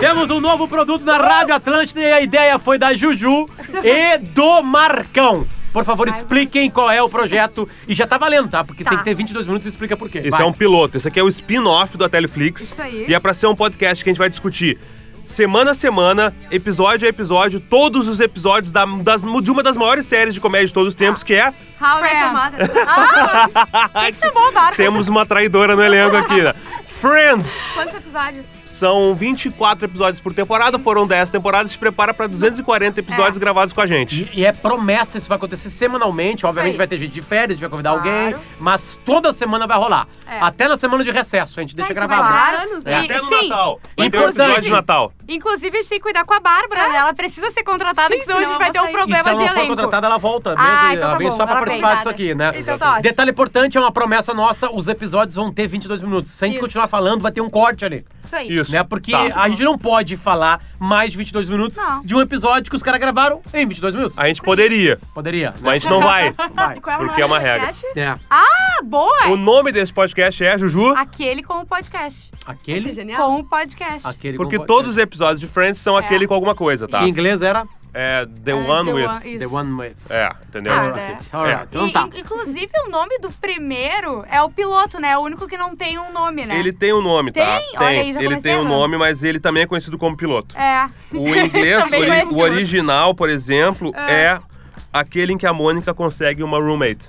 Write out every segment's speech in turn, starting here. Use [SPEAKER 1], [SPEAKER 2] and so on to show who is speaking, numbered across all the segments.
[SPEAKER 1] Temos um novo produto na Rádio Atlântida e a ideia foi da Juju e do Marcão. Por favor, expliquem qual é o projeto. E já tá valendo, tá? Porque
[SPEAKER 2] Tá.
[SPEAKER 1] tem que ter 22 minutos e explica por quê.
[SPEAKER 3] Esse
[SPEAKER 1] Vai.
[SPEAKER 3] é um piloto, esse aqui é o spin-off do Ateliflix.
[SPEAKER 2] Isso aí.
[SPEAKER 3] E é pra ser um podcast que a gente vai discutir semana a semana, episódio a episódio, todos os episódios da- das- de uma das maiores séries de comédia de todos os tempos, que é
[SPEAKER 2] How I Met Your Mother. Ah, quem que chamou o Marcos?
[SPEAKER 3] Temos uma traidora no elenco aqui, né? Friends!
[SPEAKER 2] Quantos episódios?
[SPEAKER 3] São 24 episódios por temporada, foram 10 temporadas, se prepara pra 240 episódios
[SPEAKER 2] É.
[SPEAKER 3] gravados com a gente.
[SPEAKER 1] E, e é promessa, isso vai acontecer semanalmente. Obviamente
[SPEAKER 2] aí.
[SPEAKER 1] vai ter gente de férias, a gente vai convidar
[SPEAKER 2] Claro.
[SPEAKER 1] alguém. Mas toda semana vai rolar.
[SPEAKER 2] É.
[SPEAKER 1] Até na semana de recesso, a gente deixa
[SPEAKER 2] Ah, isso vai
[SPEAKER 1] gravado.
[SPEAKER 2] rolar.
[SPEAKER 4] Claro. anos, né?
[SPEAKER 2] E-
[SPEAKER 3] É, Até no
[SPEAKER 2] sim,
[SPEAKER 3] Natal. Vai ter um
[SPEAKER 1] importante.
[SPEAKER 3] episódio de Natal.
[SPEAKER 4] Inclusive, a gente tem que cuidar com a Bárbara, né? Ela precisa ser contratada,
[SPEAKER 2] Sim,
[SPEAKER 4] que senão a
[SPEAKER 2] senão
[SPEAKER 4] gente vai ter
[SPEAKER 2] ela
[SPEAKER 4] um
[SPEAKER 2] vai
[SPEAKER 1] E se
[SPEAKER 3] é
[SPEAKER 4] problema
[SPEAKER 1] ela
[SPEAKER 4] de
[SPEAKER 1] não for
[SPEAKER 4] elenco.
[SPEAKER 1] contratada, ela volta.
[SPEAKER 4] Ah,
[SPEAKER 1] mesmo,
[SPEAKER 4] então
[SPEAKER 1] ela
[SPEAKER 4] tá
[SPEAKER 1] vem
[SPEAKER 4] bom,
[SPEAKER 1] só pra
[SPEAKER 4] ela
[SPEAKER 1] participar
[SPEAKER 4] vem.
[SPEAKER 1] disso aqui, né?
[SPEAKER 4] Então tá ótimo.
[SPEAKER 1] Detalhe importante, é uma promessa nossa, os episódios vão ter 22 minutos. Se a gente
[SPEAKER 4] Isso.
[SPEAKER 1] continuar falando, vai ter um corte ali.
[SPEAKER 4] Isso aí.
[SPEAKER 3] Isso.
[SPEAKER 1] Né? Porque
[SPEAKER 3] Tá.
[SPEAKER 1] a gente não pode falar mais de 22 minutos
[SPEAKER 4] Não.
[SPEAKER 1] de um episódio que os caras gravaram em 22 minutos.
[SPEAKER 3] A gente poderia,
[SPEAKER 1] Poderia, né?
[SPEAKER 3] mas a gente não vai.
[SPEAKER 1] Vai.
[SPEAKER 2] Qual o
[SPEAKER 3] Porque é
[SPEAKER 2] nome
[SPEAKER 3] uma
[SPEAKER 2] do
[SPEAKER 3] regra.
[SPEAKER 2] podcast?
[SPEAKER 1] É.
[SPEAKER 4] Ah, boa!
[SPEAKER 3] O nome desse podcast é Juju,
[SPEAKER 4] Aquele com o podcast.
[SPEAKER 2] Isso é
[SPEAKER 1] Aquele.
[SPEAKER 2] Genial.
[SPEAKER 4] Com o podcast.
[SPEAKER 1] Aquele
[SPEAKER 3] porque
[SPEAKER 1] com-
[SPEAKER 3] todos os episódios de Friends são aquele com alguma coisa, tá?
[SPEAKER 1] Em inglês era
[SPEAKER 3] É The
[SPEAKER 4] É,
[SPEAKER 3] One
[SPEAKER 4] The
[SPEAKER 3] With.
[SPEAKER 4] One, isso.
[SPEAKER 1] The One With.
[SPEAKER 3] É, entendeu?
[SPEAKER 4] Ah,
[SPEAKER 1] Alright,
[SPEAKER 4] né?
[SPEAKER 1] alright.
[SPEAKER 4] E,
[SPEAKER 3] É.
[SPEAKER 1] Então tá.
[SPEAKER 4] in- inclusive, o nome do primeiro é o piloto, né? É o único que não tem um nome, né?
[SPEAKER 3] Ele tem um nome, tá?
[SPEAKER 4] Tem? Olha aí, já
[SPEAKER 3] ele
[SPEAKER 4] comecei
[SPEAKER 3] tem um
[SPEAKER 4] errando.
[SPEAKER 3] nome, mas ele também é conhecido como piloto.
[SPEAKER 4] É.
[SPEAKER 3] O inglês, o,
[SPEAKER 4] Também
[SPEAKER 3] ori-
[SPEAKER 4] conhecido. Ah.
[SPEAKER 3] o original, por exemplo, é. aquele em que a Mônica consegue uma roommate.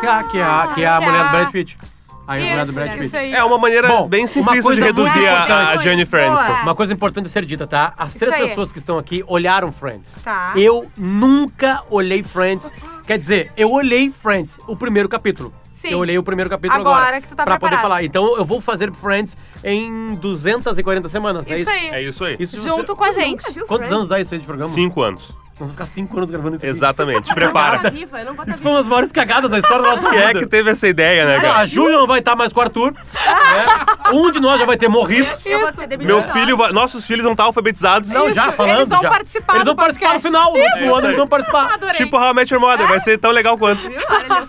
[SPEAKER 1] Que é a, que é a, que é a
[SPEAKER 4] que é
[SPEAKER 1] mulher do
[SPEAKER 4] a-
[SPEAKER 1] Brad Pitt. A mulher do
[SPEAKER 4] Isso,
[SPEAKER 1] Brad
[SPEAKER 4] isso
[SPEAKER 1] Pitt.
[SPEAKER 4] aí.
[SPEAKER 3] É uma maneira
[SPEAKER 1] Bom,
[SPEAKER 3] bem
[SPEAKER 1] uma
[SPEAKER 3] simplista de
[SPEAKER 1] coisa muito
[SPEAKER 3] reduzir a, a
[SPEAKER 1] importante.
[SPEAKER 3] Jenny
[SPEAKER 4] Boa.
[SPEAKER 3] Friends. tá?
[SPEAKER 1] Uma coisa importante a ser dita, tá? As três
[SPEAKER 4] Tá. aí.
[SPEAKER 1] pessoas que estão aqui olharam Friends.
[SPEAKER 4] Tá.
[SPEAKER 1] Eu nunca olhei Friends. Quer dizer, eu olhei Friends, o primeiro capítulo.
[SPEAKER 4] Sim.
[SPEAKER 1] Eu olhei o primeiro capítulo agora.
[SPEAKER 4] Agora que tu tá
[SPEAKER 1] Pra poder
[SPEAKER 4] preparado.
[SPEAKER 1] falar. Então eu vou fazer Friends em 240 semanas, é
[SPEAKER 4] Isso
[SPEAKER 1] isso?
[SPEAKER 4] aí.
[SPEAKER 3] É isso aí.
[SPEAKER 1] Isso se
[SPEAKER 4] Junto
[SPEAKER 1] você-
[SPEAKER 4] com a gente.
[SPEAKER 2] Nunca viu
[SPEAKER 1] Quantos
[SPEAKER 2] Friends?
[SPEAKER 1] anos dá isso aí de programa?
[SPEAKER 3] Cinco anos.
[SPEAKER 1] Nós vamos ficar cinco anos gravando isso aqui.
[SPEAKER 3] Exatamente.
[SPEAKER 2] Eu não vou
[SPEAKER 3] Prepara.
[SPEAKER 2] tá viva, eu não vou tá
[SPEAKER 1] Isso foi
[SPEAKER 2] viva.
[SPEAKER 1] uma das maiores cagadas da história da nossa
[SPEAKER 3] Quem
[SPEAKER 1] vida.
[SPEAKER 3] é que teve essa ideia, né,
[SPEAKER 1] A
[SPEAKER 3] cara?
[SPEAKER 1] Júlia não vai estar mais com o Arthur. né? Um de nós já vai ter morrido.
[SPEAKER 2] Eu vou
[SPEAKER 3] Meu
[SPEAKER 2] ser demitida.
[SPEAKER 3] filho, vai- nossos filhos vão estar alfabetizados.
[SPEAKER 1] Não, já falando.
[SPEAKER 4] Eles vão
[SPEAKER 1] já.
[SPEAKER 4] participar
[SPEAKER 1] Eles
[SPEAKER 4] do
[SPEAKER 1] vão participar no
[SPEAKER 4] podcast.
[SPEAKER 1] final. No último ano eles vão participar.
[SPEAKER 4] Adorei.
[SPEAKER 3] Tipo How I Met Your Mother,
[SPEAKER 4] É?
[SPEAKER 3] vai ser tão legal quanto.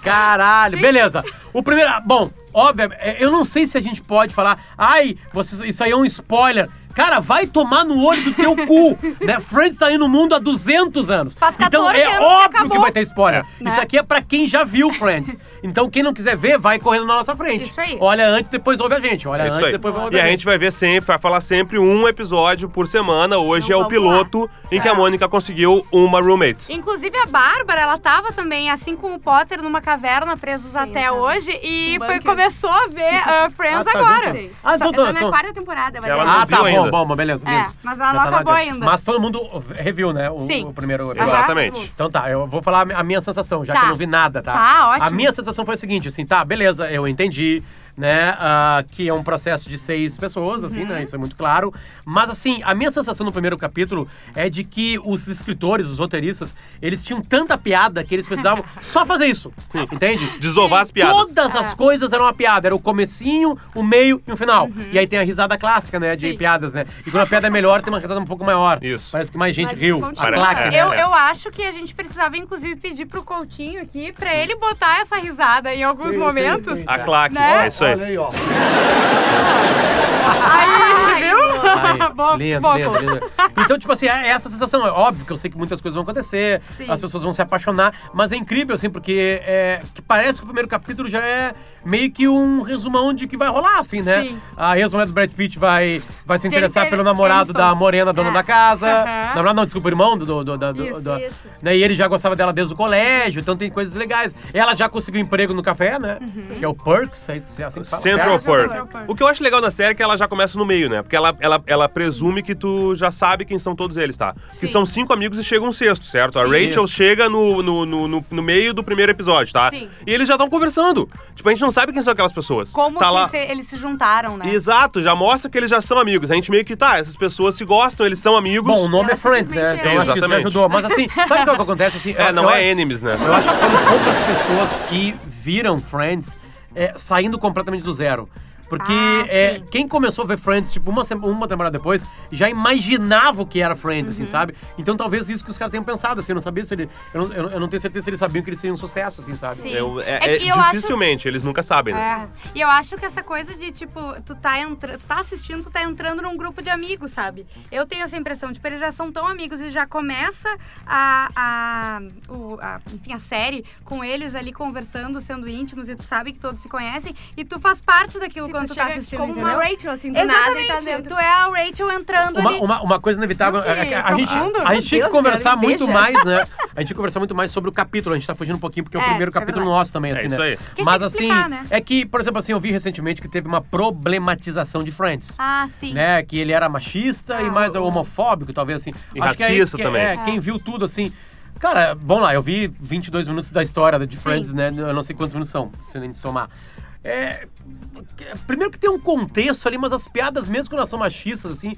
[SPEAKER 1] Caralho, beleza. O primeiro. ah, Bom, óbvio, é, eu não sei se a gente pode falar. Ai, vocês, isso aí é um spoiler. Cara, vai tomar no olho do teu cu. Né? Friends tá aí no mundo há 200 anos.
[SPEAKER 4] Faz
[SPEAKER 1] então
[SPEAKER 4] 14
[SPEAKER 1] é
[SPEAKER 4] anos que
[SPEAKER 1] óbvio que,
[SPEAKER 4] acabou.
[SPEAKER 1] vai ter spoiler.
[SPEAKER 4] Né?
[SPEAKER 1] Isso aqui é pra quem já viu Friends. Então quem não quiser ver, vai correndo na nossa frente.
[SPEAKER 4] Isso aí.
[SPEAKER 1] Olha antes, depois ouve a gente. Olha
[SPEAKER 3] É
[SPEAKER 1] antes,
[SPEAKER 3] isso aí.
[SPEAKER 1] depois ouve
[SPEAKER 3] E a gente vai ver sempre, vai falar sempre um episódio por semana. Hoje
[SPEAKER 2] Então
[SPEAKER 3] é o
[SPEAKER 2] vamos
[SPEAKER 3] piloto em que a
[SPEAKER 4] É.
[SPEAKER 3] Mônica conseguiu uma roommate.
[SPEAKER 4] Inclusive, a Bárbara, ela tava também, assim como o Potter, numa caverna, presos até
[SPEAKER 2] eu tava.
[SPEAKER 4] hoje. E
[SPEAKER 2] Um
[SPEAKER 4] foi,
[SPEAKER 2] bunker.
[SPEAKER 4] começou a ver uh, Friends
[SPEAKER 1] Ah, tá
[SPEAKER 4] agora.
[SPEAKER 1] junto?
[SPEAKER 2] Sim.
[SPEAKER 1] Ah, então
[SPEAKER 2] Eu
[SPEAKER 1] tá,
[SPEAKER 2] tô na
[SPEAKER 1] só-
[SPEAKER 2] quarta temporada, é vai
[SPEAKER 3] Ela
[SPEAKER 2] ter
[SPEAKER 3] não
[SPEAKER 1] Ah,
[SPEAKER 3] viu
[SPEAKER 1] tá bom,
[SPEAKER 3] ainda.
[SPEAKER 1] bom, mas beleza.
[SPEAKER 4] É,
[SPEAKER 1] lindo.
[SPEAKER 4] mas ela
[SPEAKER 1] Já
[SPEAKER 4] não
[SPEAKER 1] tá na
[SPEAKER 4] acabou
[SPEAKER 1] adiante.
[SPEAKER 4] ainda.
[SPEAKER 1] Mas todo mundo reviu, né? O,
[SPEAKER 4] Sim.
[SPEAKER 1] o primeiro episódio.
[SPEAKER 3] Exatamente.
[SPEAKER 1] Então tá, eu vou falar a mi- a minha sensação, já
[SPEAKER 4] Tá.
[SPEAKER 1] que eu não vi nada, tá?
[SPEAKER 4] Tá, ótimo.
[SPEAKER 1] A minha sensação foi a seguinte, assim, tá, beleza, eu entendi, né, ah, que é um processo de seis pessoas, assim,
[SPEAKER 4] Uhum.
[SPEAKER 1] né, isso é muito claro. Mas, assim, a minha sensação no primeiro capítulo é de que os escritores, os roteiristas, eles tinham tanta piada que eles precisavam só fazer isso, entende?
[SPEAKER 3] Desovar as piadas.
[SPEAKER 1] Todas
[SPEAKER 4] Ah.
[SPEAKER 1] as coisas eram uma piada. Era o comecinho, o meio e o final. E aí tem a risada clássica, né? De
[SPEAKER 4] Uhum. Sim.
[SPEAKER 1] piadas, né? E quando a piada é melhor, tem uma risada um pouco maior.
[SPEAKER 3] Isso.
[SPEAKER 1] Parece que mais gente
[SPEAKER 2] Mas isso
[SPEAKER 1] riu. A
[SPEAKER 2] continua.
[SPEAKER 1] claque,
[SPEAKER 3] É,
[SPEAKER 1] né?
[SPEAKER 4] Eu,
[SPEAKER 3] é.
[SPEAKER 4] eu acho que a gente precisava, inclusive, pedir pro Coutinho aqui pra ele botar essa risada em alguns
[SPEAKER 5] Sim,
[SPEAKER 4] momentos.
[SPEAKER 5] sim, sim.
[SPEAKER 3] A claque,
[SPEAKER 4] Né?
[SPEAKER 3] é isso aí.
[SPEAKER 5] Olha aí, ó.
[SPEAKER 4] Aí,
[SPEAKER 1] Ai,
[SPEAKER 4] viu? Boa,
[SPEAKER 1] lindo,
[SPEAKER 4] boa,
[SPEAKER 1] lindo,
[SPEAKER 4] boa.
[SPEAKER 1] lindo. Então, tipo assim, é essa sensação. É óbvio que eu sei que muitas coisas vão acontecer,
[SPEAKER 4] Sim.
[SPEAKER 1] as pessoas vão se apaixonar, mas é incrível, assim, porque é, que parece que o primeiro capítulo já é meio que um resumão de que vai rolar, assim, né?
[SPEAKER 4] Sim.
[SPEAKER 1] A ex-mulher do Brad Pitt vai, vai se
[SPEAKER 4] Jennifer
[SPEAKER 1] interessar pelo namorado
[SPEAKER 4] Aniston.
[SPEAKER 1] da Morena, dona
[SPEAKER 4] É.
[SPEAKER 1] da casa.
[SPEAKER 4] Aham.
[SPEAKER 1] Na verdade, não, desculpa, o irmão do. do, do, do-
[SPEAKER 4] Isso,
[SPEAKER 1] do-
[SPEAKER 2] isso.
[SPEAKER 1] Né? E ele já gostava dela desde o colégio, então tem coisas legais. Ela já conseguiu emprego no café, né?
[SPEAKER 4] Uhum.
[SPEAKER 1] Que é o Perks, é isso que- assim que fala.
[SPEAKER 3] Central
[SPEAKER 1] Perks.
[SPEAKER 3] Perk.
[SPEAKER 4] Central Perk.
[SPEAKER 3] O que eu acho legal na série é que ela já começa no meio, né? Porque ela, ela, ela presume que tu já sabe quem são todos eles, tá?
[SPEAKER 4] Sim.
[SPEAKER 3] Que são cinco amigos e chega um sexto, certo? A
[SPEAKER 4] Sim.
[SPEAKER 3] Rachel
[SPEAKER 1] Isso.
[SPEAKER 3] chega no, no, no, no- no meio do primeiro episódio, tá?
[SPEAKER 4] Sim.
[SPEAKER 3] E eles já estão conversando. Tipo, a gente não sabe quem são aquelas pessoas.
[SPEAKER 4] Como
[SPEAKER 3] tá
[SPEAKER 4] que
[SPEAKER 3] lá...
[SPEAKER 4] se- eles se juntaram, né?
[SPEAKER 3] Exato, já mostra que eles já são amigos. A gente meio que tá, essas pessoas se gostam, eles são amigos.
[SPEAKER 1] Bom, o nome
[SPEAKER 2] Ela
[SPEAKER 1] é Friends, né?
[SPEAKER 2] simplesmente
[SPEAKER 1] Então
[SPEAKER 3] é.
[SPEAKER 1] eu acho que isso me
[SPEAKER 3] Exatamente.
[SPEAKER 1] ajudou. Mas assim, sabe o que é o que acontece? Assim,
[SPEAKER 3] é,
[SPEAKER 1] eu-
[SPEAKER 3] não
[SPEAKER 1] eu-
[SPEAKER 3] é enemies, né?
[SPEAKER 1] Eu acho que foram poucas pessoas que viram Friends é, saindo completamente do zero. Porque
[SPEAKER 4] Ah,
[SPEAKER 1] é,
[SPEAKER 4] sim.
[SPEAKER 1] quem começou a ver Friends, tipo, uma, sema- uma temporada depois, já imaginava o que era Friends, assim, sabe? Então talvez isso que os caras tenham pensado, assim, eu não sabia se ele. Eu não, eu não- eu não tenho certeza se eles sabiam que eles seriam um sucesso, assim, sabe?
[SPEAKER 4] Sim.
[SPEAKER 3] Eu- é,
[SPEAKER 4] É
[SPEAKER 3] é
[SPEAKER 4] que eu acho-
[SPEAKER 3] dificilmente, eles nunca sabem, né?
[SPEAKER 4] É. E eu acho que essa coisa de, tipo, tu tá, entra... tu tá assistindo, tu tá entrando num grupo de amigos, sabe? Eu tenho essa impressão, tipo, eles já são tão amigos e já começa a, a, o- a- enfim, a série com eles ali conversando, sendo íntimos, e tu sabe que todos se conhecem, e tu faz parte daquilo
[SPEAKER 2] Se
[SPEAKER 4] quando
[SPEAKER 2] tu
[SPEAKER 4] tu tá
[SPEAKER 2] chega
[SPEAKER 4] assistindo,
[SPEAKER 2] como
[SPEAKER 4] entendeu?
[SPEAKER 2] uma Rachel, assim, do nada e tá
[SPEAKER 4] Exatamente,
[SPEAKER 2] dentro.
[SPEAKER 4] tu é a Rachel entrando
[SPEAKER 1] Uma,
[SPEAKER 4] ali.
[SPEAKER 1] uma, uma coisa inevitável.
[SPEAKER 2] Que
[SPEAKER 1] é que A, a gente,
[SPEAKER 2] profundo,
[SPEAKER 1] a gente
[SPEAKER 2] meu
[SPEAKER 1] tinha que
[SPEAKER 2] Deus,
[SPEAKER 1] conversar
[SPEAKER 2] Guilherme,
[SPEAKER 1] muito
[SPEAKER 2] beija.
[SPEAKER 1] mais, né? A gente tinha que conversar muito mais sobre o capítulo. A gente tá fugindo um pouquinho, porque é o
[SPEAKER 4] É,
[SPEAKER 1] primeiro
[SPEAKER 4] é
[SPEAKER 1] capítulo
[SPEAKER 4] verdade.
[SPEAKER 1] nosso também,
[SPEAKER 3] É
[SPEAKER 1] assim,
[SPEAKER 3] isso
[SPEAKER 1] né?
[SPEAKER 4] a
[SPEAKER 3] aí.
[SPEAKER 4] gente
[SPEAKER 1] Mas
[SPEAKER 4] tem que
[SPEAKER 1] assim,
[SPEAKER 4] explicar, né?
[SPEAKER 1] é que, por exemplo, assim, eu vi recentemente que teve uma problematização de Friends.
[SPEAKER 4] Ah, sim.
[SPEAKER 1] Né, que ele era machista e
[SPEAKER 4] Ah,
[SPEAKER 1] mais
[SPEAKER 4] o-
[SPEAKER 1] homofóbico, talvez assim.
[SPEAKER 3] E
[SPEAKER 1] Acho que aí
[SPEAKER 3] racista
[SPEAKER 1] que-
[SPEAKER 3] também.
[SPEAKER 1] É, quem viu tudo assim. Cara, bom lá, eu vi 22 minutos da história de Friends,
[SPEAKER 4] Sim.
[SPEAKER 1] né? Eu não sei quantos minutos são, se a gente somar. É, primeiro que tem um contexto ali, mas as piadas, mesmo quando elas são machistas, assim,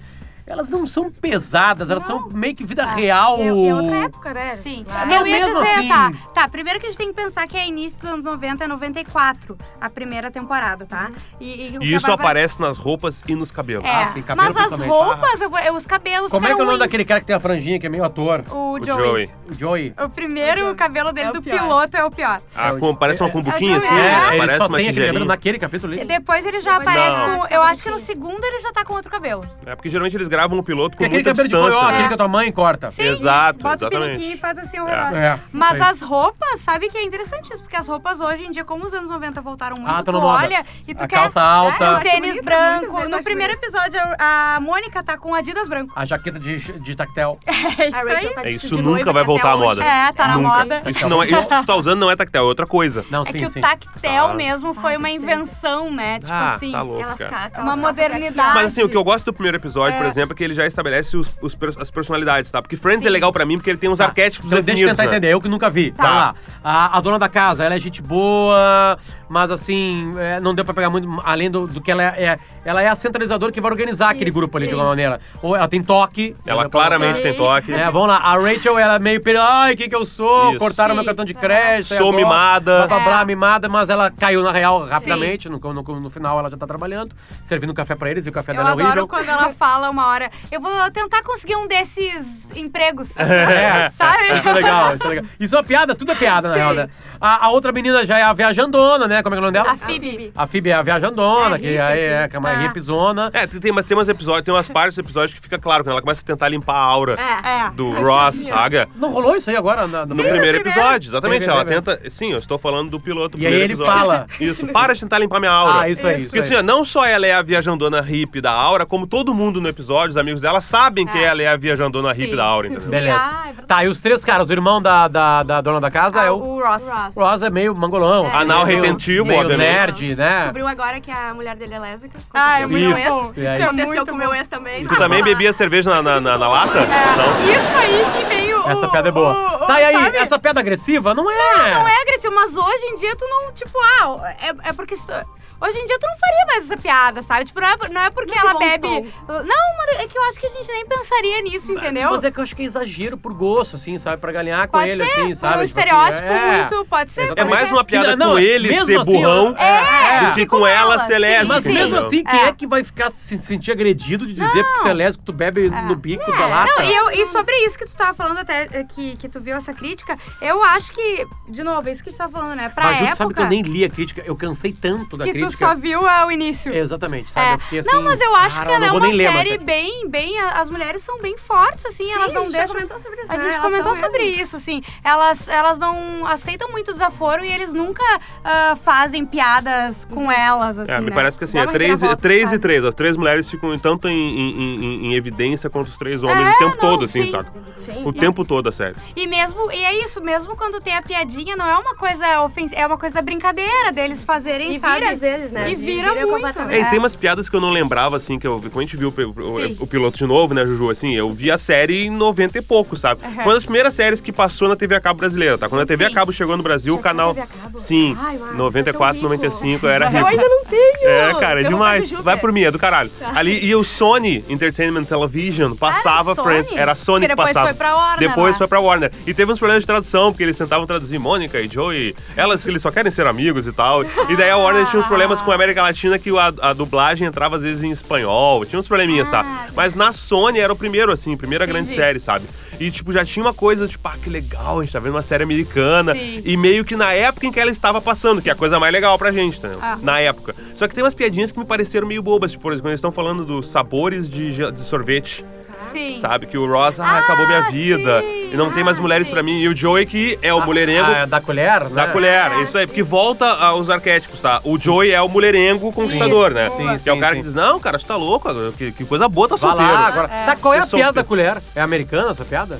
[SPEAKER 1] elas não são pesadas, elas são meio que
[SPEAKER 4] Ah,
[SPEAKER 1] vida real.
[SPEAKER 2] E, e é outra época, né?
[SPEAKER 4] Sim.
[SPEAKER 2] Claro.
[SPEAKER 1] Não,
[SPEAKER 4] eu ia
[SPEAKER 1] mesmo
[SPEAKER 4] dizer,
[SPEAKER 1] assim-
[SPEAKER 4] tá. Tá, primeiro que a gente tem que pensar que é início dos anos 90, é 94, a primeira temporada, tá? E, o
[SPEAKER 3] E isso
[SPEAKER 4] Bárbara-
[SPEAKER 3] aparece nas roupas e nos cabelos.
[SPEAKER 4] É,
[SPEAKER 1] Ah, sim, cabelo
[SPEAKER 4] mas as
[SPEAKER 1] principalmente.
[SPEAKER 4] roupas, eu- eu- os cabelos
[SPEAKER 1] Como é que é o
[SPEAKER 4] ficaram
[SPEAKER 1] nome
[SPEAKER 4] ruins.
[SPEAKER 1] daquele cara que tem a franjinha, que é meio ator?
[SPEAKER 4] O
[SPEAKER 3] O
[SPEAKER 4] Joey.
[SPEAKER 3] Joey.
[SPEAKER 1] O Joey.
[SPEAKER 4] O primeiro
[SPEAKER 2] É o Joey.
[SPEAKER 4] cabelo dele
[SPEAKER 2] É o
[SPEAKER 4] do
[SPEAKER 2] pior.
[SPEAKER 4] piloto é o pior.
[SPEAKER 3] Ah, com- parece uma cumbuquinha,
[SPEAKER 4] É o
[SPEAKER 3] assim,
[SPEAKER 4] Joey.
[SPEAKER 3] né?
[SPEAKER 4] É,
[SPEAKER 1] ele
[SPEAKER 3] parece
[SPEAKER 1] só
[SPEAKER 3] uma
[SPEAKER 1] tem aquele
[SPEAKER 3] tigelinha.
[SPEAKER 1] cabelo naquele capítulo ali.
[SPEAKER 4] Depois ele já
[SPEAKER 2] Depois
[SPEAKER 4] aparece
[SPEAKER 3] ele
[SPEAKER 4] com...
[SPEAKER 2] já tá
[SPEAKER 4] Eu acho que no
[SPEAKER 2] bonitinho.
[SPEAKER 4] segundo ele já tá com outro cabelo.
[SPEAKER 3] É porque geralmente eles gravam o piloto
[SPEAKER 1] Porque
[SPEAKER 3] com
[SPEAKER 1] aquele
[SPEAKER 3] muita
[SPEAKER 1] cabelo de coió,
[SPEAKER 3] distância.
[SPEAKER 4] É.
[SPEAKER 1] aquele
[SPEAKER 3] né?
[SPEAKER 1] que a tua mãe corta.
[SPEAKER 4] Sim,
[SPEAKER 3] Exato,
[SPEAKER 4] isso. Bota
[SPEAKER 3] exatamente.
[SPEAKER 4] o piniquinho e faz assim ao
[SPEAKER 3] É.
[SPEAKER 4] redor.
[SPEAKER 1] É, isso
[SPEAKER 4] Mas
[SPEAKER 1] aí.
[SPEAKER 4] as roupas, sabe que é interessante isso, porque as roupas hoje em dia, como os anos 90 voltaram muito,
[SPEAKER 1] Ah,
[SPEAKER 4] tu
[SPEAKER 1] tão na moda.
[SPEAKER 4] olha e tu
[SPEAKER 1] A
[SPEAKER 4] quer
[SPEAKER 1] calça alta.
[SPEAKER 4] É,
[SPEAKER 1] Eu
[SPEAKER 4] o
[SPEAKER 1] acho
[SPEAKER 4] tênis
[SPEAKER 2] bonito, muitas
[SPEAKER 4] branco.
[SPEAKER 2] vezes eu
[SPEAKER 4] No
[SPEAKER 2] acho
[SPEAKER 4] primeiro episódio, a a Mônica tá com Adidas branco.
[SPEAKER 1] A jaqueta de, de tactel.
[SPEAKER 4] É isso
[SPEAKER 2] A
[SPEAKER 4] aí.
[SPEAKER 2] Rachel tá
[SPEAKER 3] É,
[SPEAKER 2] de
[SPEAKER 3] isso
[SPEAKER 2] vestido
[SPEAKER 3] nunca
[SPEAKER 2] noiva
[SPEAKER 3] vai
[SPEAKER 2] até
[SPEAKER 3] voltar à
[SPEAKER 2] hoje.
[SPEAKER 3] moda.
[SPEAKER 4] É, tá na
[SPEAKER 3] Nunca.
[SPEAKER 4] moda.
[SPEAKER 3] Isso, não é, isso que tu tá usando não é tactel, é outra coisa.
[SPEAKER 1] Não,
[SPEAKER 4] É
[SPEAKER 1] sim,
[SPEAKER 4] que
[SPEAKER 1] sim.
[SPEAKER 4] o tactel
[SPEAKER 3] Tá.
[SPEAKER 4] mesmo foi uma invenção, né? Tipo
[SPEAKER 3] ah,
[SPEAKER 4] assim.
[SPEAKER 3] tá louco,
[SPEAKER 2] Aquelas
[SPEAKER 3] cara.
[SPEAKER 2] ca- aquelas
[SPEAKER 4] Uma
[SPEAKER 2] calças até aqui,
[SPEAKER 4] modernidade.
[SPEAKER 3] Mas assim, o que eu gosto do primeiro episódio, por
[SPEAKER 4] É.
[SPEAKER 3] exemplo, é que ele já estabelece os, os pers- as personalidades, tá? Porque Friends
[SPEAKER 4] Sim.
[SPEAKER 3] é legal pra mim porque ele tem uns
[SPEAKER 1] Tá.
[SPEAKER 3] arquétipos
[SPEAKER 1] Então, deixa eu
[SPEAKER 3] definidos,
[SPEAKER 1] tentar
[SPEAKER 3] né?
[SPEAKER 1] entender, eu que nunca vi. Tá.
[SPEAKER 3] Tá.
[SPEAKER 1] lá. A, a dona da casa, ela é gente boa, mas assim, é, não deu pra pegar muito além do, do que ela é, é- Ela é a centralizadora que vai organizar aquele
[SPEAKER 2] Isso,
[SPEAKER 1] grupo ali, de
[SPEAKER 2] sim.
[SPEAKER 1] alguma maneira. Ou ela tem toque.
[SPEAKER 3] Ela é
[SPEAKER 1] entendeu? Pra
[SPEAKER 3] claramente
[SPEAKER 1] você.
[SPEAKER 3] tem toque.
[SPEAKER 1] É, vamos lá. A Rachel, ela é meio peri- Ai, o que que eu sou?
[SPEAKER 3] Isso.
[SPEAKER 1] Cortaram
[SPEAKER 4] Sim. tá.
[SPEAKER 1] meu cartão de crédito.
[SPEAKER 3] Sou
[SPEAKER 1] agora-
[SPEAKER 3] mimada.
[SPEAKER 1] Blá, blá, blá,
[SPEAKER 4] É.
[SPEAKER 1] mimada, mas ela caiu na real rapidamente. No, no, no final, ela já tá trabalhando, servindo café pra eles e o café
[SPEAKER 4] Eu
[SPEAKER 1] dela é
[SPEAKER 4] adoro
[SPEAKER 1] horrível.
[SPEAKER 4] quando ela fala uma hora, eu vou tentar conseguir um desses empregos.
[SPEAKER 1] É.
[SPEAKER 4] Sabe?
[SPEAKER 1] Isso é legal, isso é legal. Isso é uma piada, tudo é piada, na
[SPEAKER 4] Sim.
[SPEAKER 1] real, né? A, a outra menina já é a viajandona, né? Como é que é o nome
[SPEAKER 4] A
[SPEAKER 1] dela?
[SPEAKER 4] Phoebe.
[SPEAKER 1] A Phoebe é a viajandona,
[SPEAKER 2] É,
[SPEAKER 1] que
[SPEAKER 2] hippie,
[SPEAKER 1] aí
[SPEAKER 2] assim.
[SPEAKER 1] é, que é uma
[SPEAKER 4] Ah.
[SPEAKER 1] hipzona.
[SPEAKER 3] É, tem, tem, mas tem umas episódios, tem umas partes do episódio que fica claro, quando ela começa a tentar limpar a aura
[SPEAKER 4] É.
[SPEAKER 3] do Ross, saga.
[SPEAKER 1] Não rolou isso aí agora na,
[SPEAKER 3] No primeiro episódio, exatamente.
[SPEAKER 1] Primeiro,
[SPEAKER 3] ela
[SPEAKER 1] primeiro.
[SPEAKER 3] tenta. Sim, eu estou falando do piloto.
[SPEAKER 1] E aí
[SPEAKER 3] primeiro
[SPEAKER 1] ele
[SPEAKER 3] episódio.
[SPEAKER 1] fala.
[SPEAKER 3] Isso, para de tentar limpar minha aura.
[SPEAKER 1] Ah, isso aí, isso
[SPEAKER 3] Porque assim, ó,
[SPEAKER 1] aí.
[SPEAKER 3] não só ela é a viajandona hippie da aura, como todo mundo no episódio, os amigos dela sabem que ela é a viajandona hippie
[SPEAKER 4] Sim.
[SPEAKER 3] da aura, entendeu?
[SPEAKER 1] Beleza.
[SPEAKER 4] Ah, é verdade.
[SPEAKER 1] Tá, e os três caras, o irmão da, da, da dona da casa é o...
[SPEAKER 4] Ah, o Ross.
[SPEAKER 2] Ross.
[SPEAKER 1] o Ross é meio mangolão. assim,
[SPEAKER 3] Anal
[SPEAKER 1] meio-
[SPEAKER 3] retentivo,
[SPEAKER 1] meio
[SPEAKER 3] obviamente.
[SPEAKER 1] nerd, né?
[SPEAKER 2] Descobriu agora que a mulher dele é lésbica.
[SPEAKER 4] Ah, é
[SPEAKER 2] Aconteceu
[SPEAKER 4] muito
[SPEAKER 2] com
[SPEAKER 3] Isso.
[SPEAKER 4] bom. Isso
[SPEAKER 2] meu ex.
[SPEAKER 1] E aí?
[SPEAKER 4] é
[SPEAKER 2] Aconteceu
[SPEAKER 4] muito
[SPEAKER 2] com o
[SPEAKER 4] bom.
[SPEAKER 2] meu ex também.
[SPEAKER 3] Tu também bebia cerveja na, na, na- na lata?
[SPEAKER 4] É.
[SPEAKER 3] Então, Não.
[SPEAKER 4] Isso aí que veio.
[SPEAKER 1] Essa
[SPEAKER 4] o-
[SPEAKER 1] piada é boa.
[SPEAKER 4] o- o-
[SPEAKER 1] tá, e aí,
[SPEAKER 4] Uh, sabe?
[SPEAKER 1] essa piada agressiva não é...
[SPEAKER 4] Não é agressivo, mas hoje em dia tu não, tipo, ah, é, é porque. se tu- Hoje em dia tu não faria mais essa piada, sabe? Tipo, não é, não é porque
[SPEAKER 2] Mas
[SPEAKER 4] ela
[SPEAKER 2] voltou.
[SPEAKER 4] bebe. Não, mas é que eu acho que a gente nem pensaria nisso, entendeu?
[SPEAKER 1] Mas é que eu acho que é exagero por gosto, assim, sabe? Pra galinhar com
[SPEAKER 4] Pode
[SPEAKER 1] ele,
[SPEAKER 4] ser,
[SPEAKER 1] assim,
[SPEAKER 4] por
[SPEAKER 1] sabe?
[SPEAKER 4] um
[SPEAKER 1] Tipo assim,
[SPEAKER 4] estereótipo
[SPEAKER 1] é.
[SPEAKER 4] muito, pode ser.
[SPEAKER 1] Exatamente.
[SPEAKER 3] É mais uma piada
[SPEAKER 1] Que não-
[SPEAKER 3] com ele
[SPEAKER 1] mesmo
[SPEAKER 3] ser
[SPEAKER 1] assim,
[SPEAKER 3] burrão
[SPEAKER 1] eu- É,
[SPEAKER 3] do que com ela ser
[SPEAKER 4] sim,
[SPEAKER 3] lésbica.
[SPEAKER 1] Mas
[SPEAKER 4] sim.
[SPEAKER 1] mesmo
[SPEAKER 3] entendeu?
[SPEAKER 1] assim, quem é. que vai ficar se sentir agredido de dizer porque tu é lésbico, tu bebe no bico da lata?
[SPEAKER 4] É. Não, e, eu- e sobre isso que tu tava falando até, eh, que, que tu viu essa crítica, eu acho que, de novo, é isso que tu tava falando, né? Pra
[SPEAKER 1] Mas
[SPEAKER 4] época
[SPEAKER 1] tu sabe que eu nem li a crítica, eu cansei tanto da
[SPEAKER 4] que tu
[SPEAKER 1] crítica.
[SPEAKER 4] só viu ah, o início.
[SPEAKER 1] Exatamente, sabe?
[SPEAKER 4] É.
[SPEAKER 1] Eu fiquei assim.
[SPEAKER 4] não, mas eu acho
[SPEAKER 1] cara,
[SPEAKER 4] que ela
[SPEAKER 1] não
[SPEAKER 4] é
[SPEAKER 1] vou
[SPEAKER 4] uma
[SPEAKER 1] nem ler, mas-
[SPEAKER 4] série bem, bem. As mulheres são bem fortes, assim, elas não
[SPEAKER 2] a gente já
[SPEAKER 4] deixam.
[SPEAKER 2] comentou sobre isso,
[SPEAKER 4] A
[SPEAKER 2] né?
[SPEAKER 4] gente
[SPEAKER 2] Elas
[SPEAKER 4] comentou
[SPEAKER 2] são
[SPEAKER 4] sobre
[SPEAKER 2] mesmo.
[SPEAKER 4] isso, assim. Elas, elas não aceitam muito desaforo e eles nunca ah, fazem piadas com elas, assim.
[SPEAKER 3] É, me
[SPEAKER 4] né?
[SPEAKER 3] parece que assim,
[SPEAKER 2] Dá
[SPEAKER 3] é
[SPEAKER 2] uma
[SPEAKER 3] 3,
[SPEAKER 2] reviravolta,
[SPEAKER 3] e
[SPEAKER 2] sabe?
[SPEAKER 3] 3. As três mulheres ficam tanto em, em- em- em evidência quanto os três homens o tempo
[SPEAKER 4] É, não,
[SPEAKER 3] todo, assim,
[SPEAKER 4] sim.
[SPEAKER 3] saca?
[SPEAKER 2] Sim.
[SPEAKER 3] O tempo todo, a série.
[SPEAKER 4] E mesmo, e é isso, mesmo quando tem a piadinha, não é uma coisa ofensiva, é uma coisa da brincadeira deles fazerem,
[SPEAKER 2] E
[SPEAKER 4] sabe?
[SPEAKER 2] vira às vezes, né?
[SPEAKER 4] E vira muito.
[SPEAKER 2] completamente.
[SPEAKER 3] É, e tem umas piadas que eu não lembrava, assim, que eu vi. Quando a gente viu o, pi- o-
[SPEAKER 4] Sim.
[SPEAKER 3] o piloto de novo, né, Juju? Assim, eu vi a série em 90 e pouco, sabe? Foi uma das primeiras séries que passou na TV a cabo brasileira, tá? Quando a TV a
[SPEAKER 4] Sim.
[SPEAKER 3] cabo chegou no Brasil, o
[SPEAKER 2] Já tinha
[SPEAKER 3] canal.
[SPEAKER 2] TV a cabo?
[SPEAKER 3] Sim,
[SPEAKER 2] Ai, Marcos,
[SPEAKER 3] 94,
[SPEAKER 2] eu tô rico.
[SPEAKER 3] 95, eu era
[SPEAKER 2] Eu ainda
[SPEAKER 3] rico.
[SPEAKER 2] não tenho!
[SPEAKER 3] É, cara, é
[SPEAKER 2] Eu vou pra
[SPEAKER 3] demais.
[SPEAKER 2] Juju
[SPEAKER 3] Vai
[SPEAKER 2] ver.
[SPEAKER 3] por mim, é do caralho.
[SPEAKER 4] Tá.
[SPEAKER 3] Ali, e o Sony Entertainment Television
[SPEAKER 4] Ah,
[SPEAKER 3] passava
[SPEAKER 4] Sony?
[SPEAKER 3] Friends. Era a Sony
[SPEAKER 4] Porque
[SPEAKER 3] que
[SPEAKER 4] depois
[SPEAKER 3] passava.
[SPEAKER 4] foi pra Warner. né?
[SPEAKER 3] depois
[SPEAKER 4] lá.
[SPEAKER 3] foi pra Warner. E teve uns problemas de tradução, porque eles tentavam traduzir Mônica e Joey. Elas, eles só querem ser amigos e tal. E daí a Warner tinha uns problemas com a América Latina, que a, a dublagem entrava às vezes em espanhol. Tinha uns probleminhas, tá?
[SPEAKER 4] Ah,
[SPEAKER 3] Mas na Sony era o primeiro, assim, primeira grande
[SPEAKER 4] Entendi.
[SPEAKER 3] série, sabe? E, tipo, já tinha uma coisa, tipo, ah, que legal, a gente tá vendo uma série americana.
[SPEAKER 4] Sim.
[SPEAKER 3] E meio que na época em que ela estava passando, que é a coisa mais legal pra gente, entendeu?
[SPEAKER 4] Ah.
[SPEAKER 3] Na época. Só que tem umas piadinhas que me pareceram meio bobas, tipo, por exemplo, eles estão falando dos sabores de, ge- de sorvete.
[SPEAKER 4] Ah, Sim.
[SPEAKER 3] Sabe? Que o Ross, ah, acabou minha vida.
[SPEAKER 4] sim.
[SPEAKER 3] E não tem mais
[SPEAKER 4] Ah,
[SPEAKER 3] mulheres
[SPEAKER 4] sim.
[SPEAKER 3] pra mim. E o Joey, que é o mulherengo.
[SPEAKER 1] Ah, da colher, né?
[SPEAKER 3] Da colher,
[SPEAKER 4] Ah,
[SPEAKER 3] isso aí, porque
[SPEAKER 4] isso.
[SPEAKER 3] volta aos arquétipos, tá? O Joey é o mulherengo conquistador, né?
[SPEAKER 1] Sim,
[SPEAKER 3] que é
[SPEAKER 1] sim,
[SPEAKER 3] o cara
[SPEAKER 1] sim.
[SPEAKER 3] que diz, não, cara, você tá louco, que, que coisa boa, tá
[SPEAKER 1] Vai
[SPEAKER 3] solteiro.
[SPEAKER 1] lá agora.
[SPEAKER 4] É.
[SPEAKER 1] Tá, qual é a
[SPEAKER 3] Sou
[SPEAKER 1] piada da
[SPEAKER 3] solteiro.
[SPEAKER 1] colher? É americana essa piada?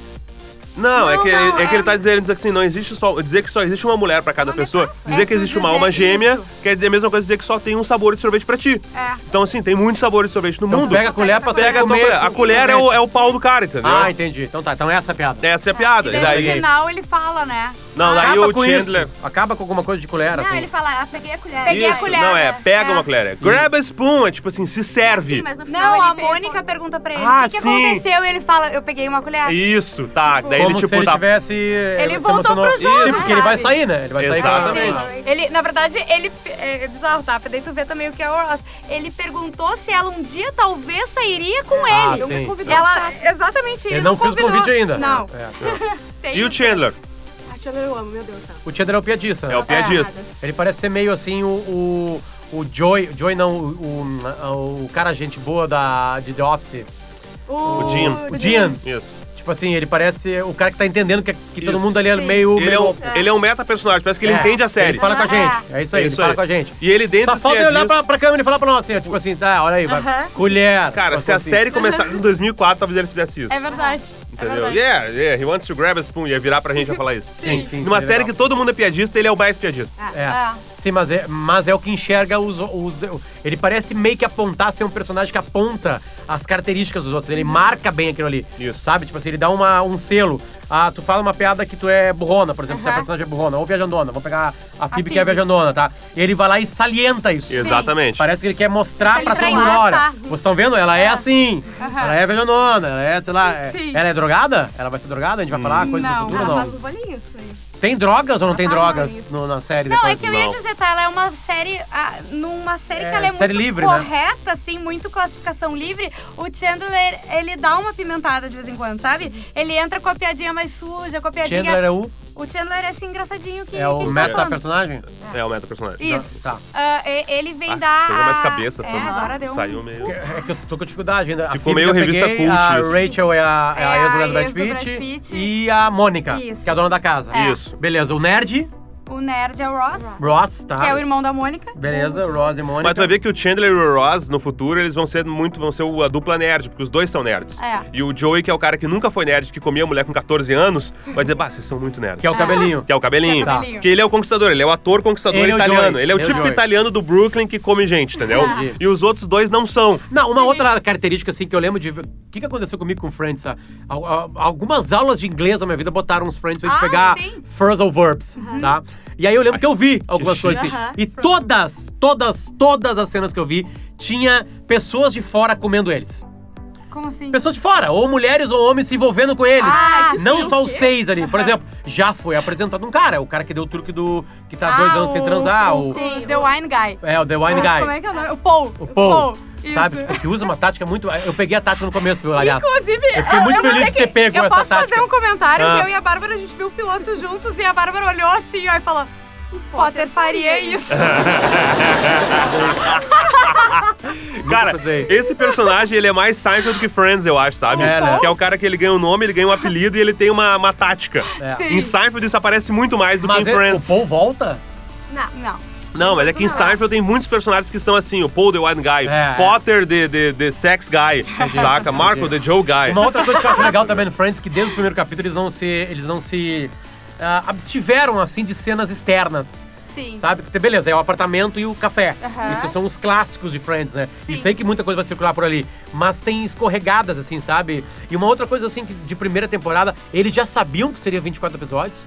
[SPEAKER 3] Não, é
[SPEAKER 4] Não,
[SPEAKER 3] que,
[SPEAKER 4] não,
[SPEAKER 3] é que
[SPEAKER 4] é-
[SPEAKER 3] ele tá dizendo diz assim, não existe só. Dizer que só existe uma mulher pra cada
[SPEAKER 4] Uma
[SPEAKER 3] pessoa.
[SPEAKER 4] metáfora.
[SPEAKER 3] Dizer
[SPEAKER 4] É
[SPEAKER 3] que existe
[SPEAKER 4] tu
[SPEAKER 3] uma
[SPEAKER 4] dizer
[SPEAKER 3] alma gêmea,
[SPEAKER 4] isso.
[SPEAKER 3] quer dizer a mesma coisa dizer que só tem um sabor de sorvete pra ti.
[SPEAKER 4] É.
[SPEAKER 3] Então, assim, tem muitos sabores de sorvete no
[SPEAKER 1] Então
[SPEAKER 3] mundo.
[SPEAKER 1] pega a colher pra
[SPEAKER 3] Pega a, tua
[SPEAKER 1] comer.
[SPEAKER 3] colher. A colher é o, é o pau do cara, entendeu?
[SPEAKER 1] Ah, entendi. Então tá, então é essa a piada.
[SPEAKER 3] Essa é a
[SPEAKER 4] E
[SPEAKER 3] piada. E
[SPEAKER 4] daí, no
[SPEAKER 3] daí.
[SPEAKER 4] final ele fala, né?
[SPEAKER 3] Não, daí
[SPEAKER 1] Acaba
[SPEAKER 3] o
[SPEAKER 1] com
[SPEAKER 3] Chandler.
[SPEAKER 1] isso. Acaba com alguma coisa de colher,
[SPEAKER 2] Não,
[SPEAKER 1] assim.
[SPEAKER 2] ele fala, ah, peguei a colher.
[SPEAKER 4] Peguei a
[SPEAKER 3] Isso,
[SPEAKER 4] colher,
[SPEAKER 3] Não, é,
[SPEAKER 4] né?
[SPEAKER 3] pega
[SPEAKER 4] É.
[SPEAKER 3] uma colher. é Grab a spoon, é tipo assim, se serve.
[SPEAKER 2] Sim, mas no final
[SPEAKER 4] Não,
[SPEAKER 2] ele
[SPEAKER 4] a
[SPEAKER 2] pega e
[SPEAKER 4] Mônica
[SPEAKER 2] fala,
[SPEAKER 4] pergunta pra ele,
[SPEAKER 3] Ah,
[SPEAKER 4] o que, que
[SPEAKER 3] sim.
[SPEAKER 4] aconteceu? E ele fala, eu peguei uma colher.
[SPEAKER 3] Isso, tá. Daí
[SPEAKER 1] Como
[SPEAKER 3] ele
[SPEAKER 1] se
[SPEAKER 3] tipo
[SPEAKER 1] ele
[SPEAKER 3] tá.
[SPEAKER 1] tivesse. Ele
[SPEAKER 4] voltou pro jogo,
[SPEAKER 1] Sim, porque ele vai
[SPEAKER 4] sabe?
[SPEAKER 1] sair, né? Ele vai sair
[SPEAKER 3] Exatamente.
[SPEAKER 1] com a-
[SPEAKER 4] Ah, Ele, na verdade, ele. É bizarro, tá? Daí tu vê também o que é o Ross. Ele perguntou se ela um dia talvez sairia com
[SPEAKER 1] Ah,
[SPEAKER 4] ele.
[SPEAKER 1] sim,
[SPEAKER 4] Ele convidou
[SPEAKER 1] sim.
[SPEAKER 4] Ela, exatamente
[SPEAKER 1] Ele
[SPEAKER 4] ele
[SPEAKER 1] não fez o
[SPEAKER 4] convidou.
[SPEAKER 1] convite ainda.
[SPEAKER 4] Não.
[SPEAKER 1] É.
[SPEAKER 4] Tem
[SPEAKER 3] E o Chandler?
[SPEAKER 2] Ah, Chandler, eu amo, meu Deus do céu.
[SPEAKER 1] O Chandler é o piadista. né?
[SPEAKER 3] É o piadista.
[SPEAKER 2] errada.
[SPEAKER 1] Ele parece ser meio assim o. o... O Joy, o Joy não, o, o, o cara gente boa da, de The Office.
[SPEAKER 2] O
[SPEAKER 3] Dean.
[SPEAKER 1] O Dean.
[SPEAKER 3] Isso.
[SPEAKER 1] Tipo assim, ele parece o cara que tá entendendo que, que todo
[SPEAKER 3] Isso.
[SPEAKER 1] mundo ali é meio...
[SPEAKER 3] Ele é,
[SPEAKER 1] meio-
[SPEAKER 3] um, ele é um meta-personagem, parece que ele
[SPEAKER 1] É,
[SPEAKER 3] entende a série.
[SPEAKER 1] Ele fala com a gente. É isso aí,
[SPEAKER 3] É
[SPEAKER 1] ele
[SPEAKER 3] isso
[SPEAKER 1] fala
[SPEAKER 3] aí.
[SPEAKER 1] com a gente.
[SPEAKER 3] E ele dentro
[SPEAKER 1] Só
[SPEAKER 3] dos
[SPEAKER 1] falta ele olhar
[SPEAKER 3] piadistas-
[SPEAKER 1] pra, pra câmera e falar pra nós assim, ó, tipo assim, tá, olha aí, vai.
[SPEAKER 4] Aham.
[SPEAKER 1] Colher. assim.
[SPEAKER 3] Cara,
[SPEAKER 1] Uma
[SPEAKER 3] se a
[SPEAKER 1] coisa
[SPEAKER 3] série começasse em 2004, talvez ele fizesse isso.
[SPEAKER 4] É verdade. É
[SPEAKER 3] entendeu?
[SPEAKER 4] verdade.
[SPEAKER 3] yeah, yeah, he wants to grab a spoon. Ia virar pra gente e ia falar isso.
[SPEAKER 1] Sim, sim,
[SPEAKER 3] Numa
[SPEAKER 1] sim,
[SPEAKER 3] série
[SPEAKER 1] legal.
[SPEAKER 3] que todo mundo é piadista, ele é o mais piadista.
[SPEAKER 4] Ah,
[SPEAKER 1] É.
[SPEAKER 4] ah.
[SPEAKER 1] Sim, mas é, mas é o que enxerga os, os. Ele parece meio que apontar ser um personagem que aponta as características dos outros. Ele marca bem aquilo ali.
[SPEAKER 3] Isso.
[SPEAKER 1] Sabe? Tipo assim, ele dá uma, um selo. Ah, tu fala uma piada que tu é burrona, por exemplo, se a
[SPEAKER 4] Aham.
[SPEAKER 1] personagem é burrona, ou viajandona. Vou pegar a Phoebe que é
[SPEAKER 4] Phoebe.
[SPEAKER 1] viajandona, tá? Ele vai lá e salienta isso.
[SPEAKER 3] Exatamente.
[SPEAKER 1] Parece que ele quer mostrar
[SPEAKER 4] Ele
[SPEAKER 1] pra
[SPEAKER 4] pra
[SPEAKER 1] todo mundo, olha,
[SPEAKER 4] enlaçar.
[SPEAKER 1] vocês estão vendo? Ela é, assim, ela é veganona, ela é, sei lá, é-
[SPEAKER 4] Sim.
[SPEAKER 1] ela é drogada? Ela vai ser drogada? A gente vai falar coisas
[SPEAKER 4] Não.
[SPEAKER 1] do futuro
[SPEAKER 2] Ah,
[SPEAKER 1] ou não?
[SPEAKER 2] mas os bolinhos, sim.
[SPEAKER 1] Tem drogas ou não tem
[SPEAKER 2] Ah,
[SPEAKER 1] drogas
[SPEAKER 2] isso.
[SPEAKER 1] no- na série
[SPEAKER 4] Não, é
[SPEAKER 1] depois?
[SPEAKER 4] que eu ia
[SPEAKER 3] não.
[SPEAKER 4] dizer, tá? Ela é uma série. ah, numa série
[SPEAKER 1] É,
[SPEAKER 4] que ela é
[SPEAKER 1] série
[SPEAKER 4] muito
[SPEAKER 1] livre, né?
[SPEAKER 4] correta, assim, muito classificação livre. O Chandler, ele dá uma pimentada de vez em quando, sabe? Ele entra com a piadinha mais suja, com a piadinha.
[SPEAKER 1] Chandler é o,
[SPEAKER 4] O Chandler é assim engraçadinho que.
[SPEAKER 1] é
[SPEAKER 4] que a
[SPEAKER 1] o
[SPEAKER 4] gente tá
[SPEAKER 1] meta
[SPEAKER 4] falando.
[SPEAKER 1] personagem?
[SPEAKER 3] É o meta-personagem.
[SPEAKER 4] Isso.
[SPEAKER 1] Tá.
[SPEAKER 4] Ah, e- ele vem
[SPEAKER 3] Ah,
[SPEAKER 4] dar.
[SPEAKER 3] Pegou mais
[SPEAKER 4] a-
[SPEAKER 3] cabeça.
[SPEAKER 4] É,
[SPEAKER 3] foi-
[SPEAKER 4] agora deu. um-
[SPEAKER 3] Saiu meio...
[SPEAKER 1] É que eu tô com dificuldade ainda. A
[SPEAKER 3] Ficou
[SPEAKER 1] Phoebe
[SPEAKER 3] meio
[SPEAKER 1] que eu
[SPEAKER 3] revista
[SPEAKER 1] peguei,
[SPEAKER 3] cult
[SPEAKER 1] A
[SPEAKER 3] isso.
[SPEAKER 1] Rachel é a, é a
[SPEAKER 4] É a
[SPEAKER 1] ex-mulher do Brad
[SPEAKER 4] ex do Brad
[SPEAKER 1] Pitt.
[SPEAKER 4] Pitt.
[SPEAKER 1] E a Mônica,
[SPEAKER 4] Isso.
[SPEAKER 1] que é a dona da casa.
[SPEAKER 4] É.
[SPEAKER 3] Isso.
[SPEAKER 1] Beleza, o nerd,
[SPEAKER 4] O nerd é o Ross,
[SPEAKER 1] Ross, tá?
[SPEAKER 4] que é o irmão da Mônica.
[SPEAKER 1] Beleza, Ross e Mônica.
[SPEAKER 3] Mas tu vai ver que o Chandler e o Ross, no futuro, eles vão ser muito, vão ser o- a dupla nerd, porque os dois são nerds.
[SPEAKER 4] É.
[SPEAKER 3] E o Joey, que é o cara que nunca foi nerd, que comia mulher com 14 anos, vai dizer, bah, vocês são muito nerds.
[SPEAKER 1] Que é o cabelinho.
[SPEAKER 3] Que é o cabelinho.
[SPEAKER 4] Que é o cabelinho.
[SPEAKER 3] Porque ele é o conquistador, ele é o ator conquistador
[SPEAKER 1] Ele é o Joey.
[SPEAKER 3] italiano. ele é o
[SPEAKER 1] Ele é o
[SPEAKER 3] típico
[SPEAKER 1] Joey.
[SPEAKER 3] italiano do Brooklyn que come gente, entendeu?
[SPEAKER 1] Entendi.
[SPEAKER 3] E os outros dois não são.
[SPEAKER 1] Não, uma outra característica, assim, que eu lembro de... O que, que aconteceu comigo com Friends? tá? Al- al- Algumas aulas de inglês na minha vida botaram uns Friends pra gente
[SPEAKER 4] Ah,
[SPEAKER 1] pegar
[SPEAKER 4] sim.
[SPEAKER 1] phrasal verbs, tá? E aí eu lembro que eu vi algumas
[SPEAKER 3] chique.
[SPEAKER 1] coisas assim.
[SPEAKER 2] Aham.
[SPEAKER 1] E todas, todas, todas as cenas que eu vi, tinha pessoas de fora comendo eles.
[SPEAKER 4] Como assim?
[SPEAKER 1] Pessoas de fora, ou mulheres ou homens se envolvendo com eles.
[SPEAKER 4] Ah, que
[SPEAKER 1] Não
[SPEAKER 4] sim.
[SPEAKER 1] só os seis ali. Por exemplo, já foi apresentado um cara, o cara que deu o truque do... Que tá há dois
[SPEAKER 4] Ah,
[SPEAKER 1] anos sem
[SPEAKER 4] o-
[SPEAKER 1] transar, o...
[SPEAKER 4] Sim, The Wine Guy.
[SPEAKER 1] É, o The Wine
[SPEAKER 4] Ah,
[SPEAKER 1] Guy.
[SPEAKER 4] Como é que é o nome? O Paul.
[SPEAKER 1] O Paul,
[SPEAKER 4] Isso.
[SPEAKER 1] sabe? Tipo, que usa uma tática muito. Eu peguei a tática no começo, viu, aliás.
[SPEAKER 4] Inclusive,
[SPEAKER 1] eu fiquei muito
[SPEAKER 4] vou
[SPEAKER 1] feliz
[SPEAKER 4] ter
[SPEAKER 1] de ter
[SPEAKER 4] que-
[SPEAKER 1] pego
[SPEAKER 4] eu
[SPEAKER 1] essa
[SPEAKER 4] posso
[SPEAKER 1] tática.
[SPEAKER 4] fazer um comentário
[SPEAKER 1] Ah.
[SPEAKER 4] que eu e a Bárbara, a gente viu o piloto juntos e a Bárbara olhou assim ó, e falou: o Potter faria isso.
[SPEAKER 3] Cara,
[SPEAKER 1] precisei.
[SPEAKER 3] esse personagem, ele é mais Seinfeld que Friends, eu acho, sabe?
[SPEAKER 1] É, né?
[SPEAKER 3] Que é o cara que ele ganha um nome, ele ganha um apelido e ele tem uma, uma tática.
[SPEAKER 1] É.
[SPEAKER 4] Sim.
[SPEAKER 3] Em Seinfeld isso aparece muito mais do
[SPEAKER 1] Mas
[SPEAKER 3] que em
[SPEAKER 1] é-
[SPEAKER 3] Friends.
[SPEAKER 1] o Paul volta?
[SPEAKER 4] Não, não.
[SPEAKER 3] Não, mas é que em
[SPEAKER 4] Não.
[SPEAKER 3] Seinfeld tem muitos personagens que são assim, o Paul the Wine
[SPEAKER 1] É,
[SPEAKER 3] Guy,
[SPEAKER 1] é.
[SPEAKER 3] Potter the, the, the Sex Guy, saca? Marco the Joe Guy.
[SPEAKER 1] Uma outra coisa que eu acho legal também no Friends, que desde o primeiro capítulo eles não se. Eles não se. ah, abstiveram, assim, de cenas externas.
[SPEAKER 4] Sim.
[SPEAKER 1] Sabe? Porque, beleza, é o apartamento e o café.
[SPEAKER 4] Aham.
[SPEAKER 1] Isso são os clássicos de Friends, né?
[SPEAKER 4] Sim.
[SPEAKER 1] E sei que muita coisa vai circular por ali. Mas tem escorregadas, assim, sabe? E uma outra coisa, assim, que de primeira temporada, eles já sabiam que seria 24 episódios?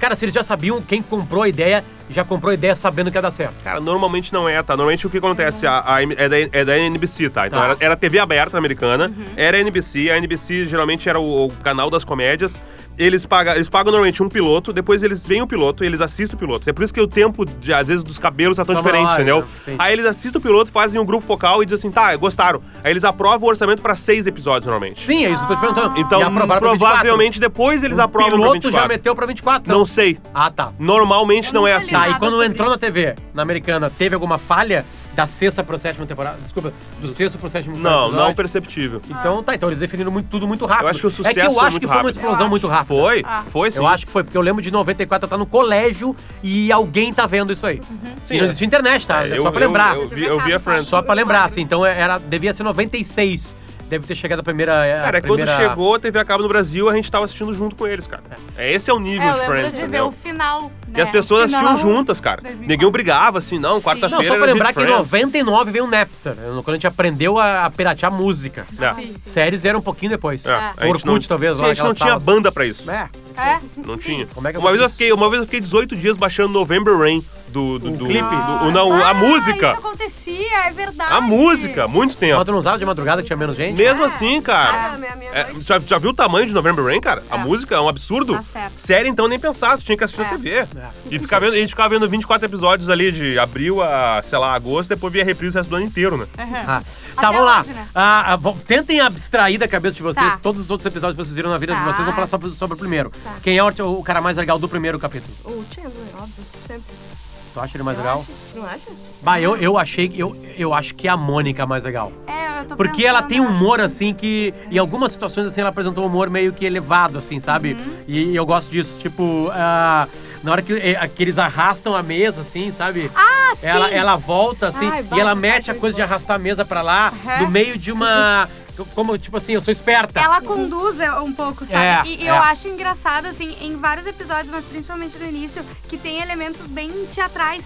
[SPEAKER 1] Cara, se eles já sabiam, quem comprou a ideia, já comprou a ideia sabendo que ia dar certo.
[SPEAKER 3] Cara, normalmente não é, tá? Normalmente o que acontece a- a M- é, da, é da NBC, tá? Então
[SPEAKER 1] Tá. Uhum.
[SPEAKER 3] Era, era TV aberta americana, era NBC, a NBC geralmente era o, o canal das comédias. Eles pagam, eles pagam normalmente um piloto, depois eles veem o piloto, eles assistem o piloto. É por isso que o tempo, de- às vezes, dos cabelos tá tão
[SPEAKER 1] Só uma
[SPEAKER 3] diferente,
[SPEAKER 1] hora,
[SPEAKER 3] entendeu?
[SPEAKER 1] né? Sim.
[SPEAKER 3] Aí eles assistem o piloto, fazem um grupo focal e dizem assim, tá, gostaram. Aí eles aprovam o orçamento pra seis episódios, normalmente.
[SPEAKER 1] Sim, é isso que eu tô te perguntando.
[SPEAKER 3] Então,
[SPEAKER 1] E aprovaram pra 24.
[SPEAKER 3] provavelmente, depois eles
[SPEAKER 1] O
[SPEAKER 3] aprovam pra
[SPEAKER 1] piloto
[SPEAKER 3] 24.
[SPEAKER 1] já meteu pra 24.
[SPEAKER 3] Não sei.
[SPEAKER 1] Ah, tá.
[SPEAKER 3] Normalmente
[SPEAKER 4] Eu
[SPEAKER 3] não é
[SPEAKER 4] nunca
[SPEAKER 3] assim.
[SPEAKER 4] li.
[SPEAKER 1] Tá, e
[SPEAKER 4] nada
[SPEAKER 1] quando
[SPEAKER 4] sobre
[SPEAKER 1] entrou na
[SPEAKER 4] isso.
[SPEAKER 1] TV, na americana, teve alguma falha da sexta pra sétima temporada? Desculpa, do sexto pro sétimo
[SPEAKER 3] Não,
[SPEAKER 1] episódio?
[SPEAKER 3] não perceptível.
[SPEAKER 1] Então tá, então eles definiram muito, tudo muito rápido.
[SPEAKER 3] Eu acho que o sucesso
[SPEAKER 1] É que eu
[SPEAKER 3] foi
[SPEAKER 1] acho
[SPEAKER 3] muito
[SPEAKER 1] que foi uma
[SPEAKER 3] rápido.
[SPEAKER 1] explosão
[SPEAKER 4] Eu
[SPEAKER 1] muito rápida.
[SPEAKER 3] Foi?
[SPEAKER 4] Ah.
[SPEAKER 3] Foi sim.
[SPEAKER 1] Eu acho que foi, porque eu lembro de 94 eu tá no colégio e alguém tá vendo isso aí.
[SPEAKER 3] Sim,
[SPEAKER 1] e não
[SPEAKER 3] é.
[SPEAKER 1] existe internet, tá? É,
[SPEAKER 3] eu-
[SPEAKER 1] só pra
[SPEAKER 3] eu-
[SPEAKER 1] lembrar.
[SPEAKER 3] Eu, vi, eu vi a Friends.
[SPEAKER 1] Só pra lembrar, assim. Então era, devia ser 96. Deve ter chegado a primeira. É A
[SPEAKER 3] Cara,
[SPEAKER 1] primeira...
[SPEAKER 3] quando chegou a TV a cabo no Brasil, a gente tava assistindo junto com eles, cara. É, esse é o nível
[SPEAKER 4] É, eu
[SPEAKER 3] de
[SPEAKER 4] lembro
[SPEAKER 3] Friends,
[SPEAKER 4] de ver
[SPEAKER 3] entendeu?
[SPEAKER 4] o final. Né?
[SPEAKER 3] E as pessoas
[SPEAKER 4] O
[SPEAKER 3] assistiam
[SPEAKER 4] final-
[SPEAKER 3] juntas, cara.
[SPEAKER 4] 2004.
[SPEAKER 3] Ninguém brigava assim, não, quarta-feira
[SPEAKER 1] Não, só pra
[SPEAKER 3] era
[SPEAKER 1] lembrar
[SPEAKER 3] de
[SPEAKER 1] que em
[SPEAKER 3] Friends.
[SPEAKER 1] 99 veio o Napster, né? quando a gente aprendeu a, a piratear música.
[SPEAKER 3] É.
[SPEAKER 4] Sim.
[SPEAKER 1] Séries vieram um pouquinho depois.
[SPEAKER 3] É, a gente
[SPEAKER 1] Orkut,
[SPEAKER 3] não-
[SPEAKER 1] talvez,
[SPEAKER 3] Sim,
[SPEAKER 1] lá
[SPEAKER 3] a gente não
[SPEAKER 1] naquelas
[SPEAKER 3] tinha
[SPEAKER 1] salas.
[SPEAKER 3] banda pra isso.
[SPEAKER 1] É.
[SPEAKER 4] É.
[SPEAKER 3] Não
[SPEAKER 4] Sim.
[SPEAKER 3] tinha.
[SPEAKER 1] Como é que
[SPEAKER 3] uma, vez eu
[SPEAKER 1] vocês-
[SPEAKER 3] fiquei, uma vez eu fiquei 18 dias baixando November Rain do. do,
[SPEAKER 1] O
[SPEAKER 3] do-
[SPEAKER 1] clipe?
[SPEAKER 3] do- o- não, a
[SPEAKER 4] Ah,
[SPEAKER 3] música.
[SPEAKER 4] Isso acontecia, é verdade. Ah,
[SPEAKER 3] A música, muito
[SPEAKER 1] Mas
[SPEAKER 3] tempo.
[SPEAKER 1] tu não usava de madrugada que tinha menos gente?
[SPEAKER 3] Mesmo assim, cara.
[SPEAKER 2] Caramba, é a minha
[SPEAKER 3] É,
[SPEAKER 2] noite.
[SPEAKER 3] já, já viu o tamanho de November Rain, cara? A
[SPEAKER 4] É.
[SPEAKER 3] música é um absurdo.
[SPEAKER 4] Tá certo.
[SPEAKER 3] Série, então, nem pensar. Tu tinha que assistir na
[SPEAKER 4] É.
[SPEAKER 3] TV. E ficar vendo, a gente ficava vendo 24 episódios ali de abril a, sei lá, agosto, depois via reprise o resto do ano inteiro, né?
[SPEAKER 4] É.
[SPEAKER 1] Ah, Tá,
[SPEAKER 4] Até
[SPEAKER 1] vamos lá.
[SPEAKER 4] hoje, né?
[SPEAKER 1] Ah, ah, vamos- tentem abstrair da cabeça de vocês
[SPEAKER 4] Tá.
[SPEAKER 1] todos os outros episódios que vocês viram na vida de
[SPEAKER 4] Tá.
[SPEAKER 1] vocês. Vamos falar sobre, sobre o primeiro. Quem é o, o cara mais legal do primeiro capítulo?
[SPEAKER 2] O Chandler, óbvio, sempre.
[SPEAKER 1] Tu acha ele mais legal?
[SPEAKER 2] Não acha?
[SPEAKER 1] Bah, eu, eu achei que- eu, eu acho que é a Mônica é mais legal.
[SPEAKER 4] É, eu tô
[SPEAKER 1] Porque ela
[SPEAKER 4] pensando,
[SPEAKER 1] tem um
[SPEAKER 4] eu acho
[SPEAKER 1] humor
[SPEAKER 4] que-
[SPEAKER 1] assim que. Em algumas situações, assim, ela apresentou um humor meio que elevado, assim, sabe?
[SPEAKER 4] Uhum.
[SPEAKER 1] E, eu gosto disso. Tipo, ah, na hora que, eh, que eles arrastam a mesa, assim, sabe?
[SPEAKER 4] Ah, sim.
[SPEAKER 1] Ela, ela volta assim
[SPEAKER 2] Ai,
[SPEAKER 1] e
[SPEAKER 2] basta,
[SPEAKER 1] ela mete a
[SPEAKER 2] basta,
[SPEAKER 1] coisa de arrastar a mesa pra lá
[SPEAKER 4] Aham.
[SPEAKER 1] no meio de uma. Como, tipo assim, eu sou esperta.
[SPEAKER 4] Ela conduz um pouco, sabe?
[SPEAKER 1] É,
[SPEAKER 4] e
[SPEAKER 1] é.
[SPEAKER 4] eu acho engraçado, assim, em vários episódios, mas principalmente no início, que tem elementos bem teatrais,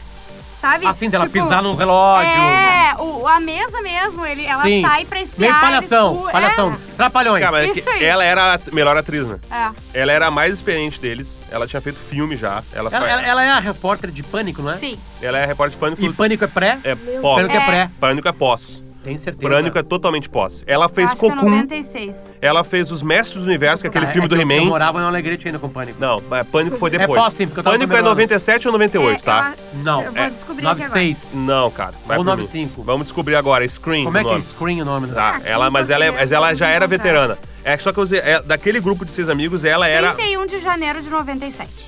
[SPEAKER 4] sabe?
[SPEAKER 1] Assim, dela
[SPEAKER 4] Tipo,
[SPEAKER 1] pisar no relógio.
[SPEAKER 4] É, o, a mesa mesmo, ele, ela
[SPEAKER 1] Sim.
[SPEAKER 4] sai pra espiar. é.
[SPEAKER 1] Meio
[SPEAKER 4] eles-
[SPEAKER 1] palhação,
[SPEAKER 4] o-
[SPEAKER 1] palhação. Trapalhões.
[SPEAKER 3] Cara, mas é
[SPEAKER 4] Isso aí.
[SPEAKER 3] que ela era a melhor atriz, né?
[SPEAKER 4] É, é.
[SPEAKER 3] Ela era a mais experiente deles, ela tinha feito filme já. Ela,
[SPEAKER 1] Ela,
[SPEAKER 3] fa-
[SPEAKER 1] ela- ela é a repórter de pânico, não é?
[SPEAKER 4] Sim.
[SPEAKER 3] ela é repórter de pânico.
[SPEAKER 1] E pânico é pré?
[SPEAKER 3] É pós.
[SPEAKER 1] Pânico é, pré.
[SPEAKER 3] Pânico é pós.
[SPEAKER 1] Tem certeza.
[SPEAKER 3] Pânico é totalmente pós. Ela fez um
[SPEAKER 4] acho que é
[SPEAKER 3] Cocum,
[SPEAKER 4] 96.
[SPEAKER 3] ela fez Os Mestres do Universo, que é aquele
[SPEAKER 1] Ah, é
[SPEAKER 3] filme
[SPEAKER 1] que
[SPEAKER 3] do
[SPEAKER 1] eu- Eu
[SPEAKER 3] He-Man.
[SPEAKER 1] morava em Alegrete ainda com pânico.
[SPEAKER 3] Não, é, Pânico foi
[SPEAKER 1] É
[SPEAKER 3] depois.
[SPEAKER 1] pós, sim, porque eu tava no
[SPEAKER 3] Pânico é
[SPEAKER 1] primeiro ano.
[SPEAKER 3] 97 ou 98,
[SPEAKER 4] É,
[SPEAKER 3] tá?
[SPEAKER 4] eu-
[SPEAKER 1] Não,
[SPEAKER 4] Eu
[SPEAKER 3] é,
[SPEAKER 4] vou descobrir aqui agora.
[SPEAKER 1] 96.
[SPEAKER 3] Não, cara. vai
[SPEAKER 1] Ou
[SPEAKER 3] por mim.
[SPEAKER 1] 95.
[SPEAKER 3] Vamos descobrir agora. Screen.
[SPEAKER 1] Como é
[SPEAKER 3] o
[SPEAKER 1] que é
[SPEAKER 3] nome.
[SPEAKER 1] screen o nome dela?
[SPEAKER 3] Tá,
[SPEAKER 4] Ah,
[SPEAKER 3] ela,
[SPEAKER 4] tem
[SPEAKER 3] mas, ela, é-
[SPEAKER 4] português,
[SPEAKER 3] mas ela já era
[SPEAKER 4] vamos encontrar.
[SPEAKER 3] veterana. É que só que eu usei, é, daquele grupo de seis amigos, ela era,
[SPEAKER 4] 31 de janeiro de 97.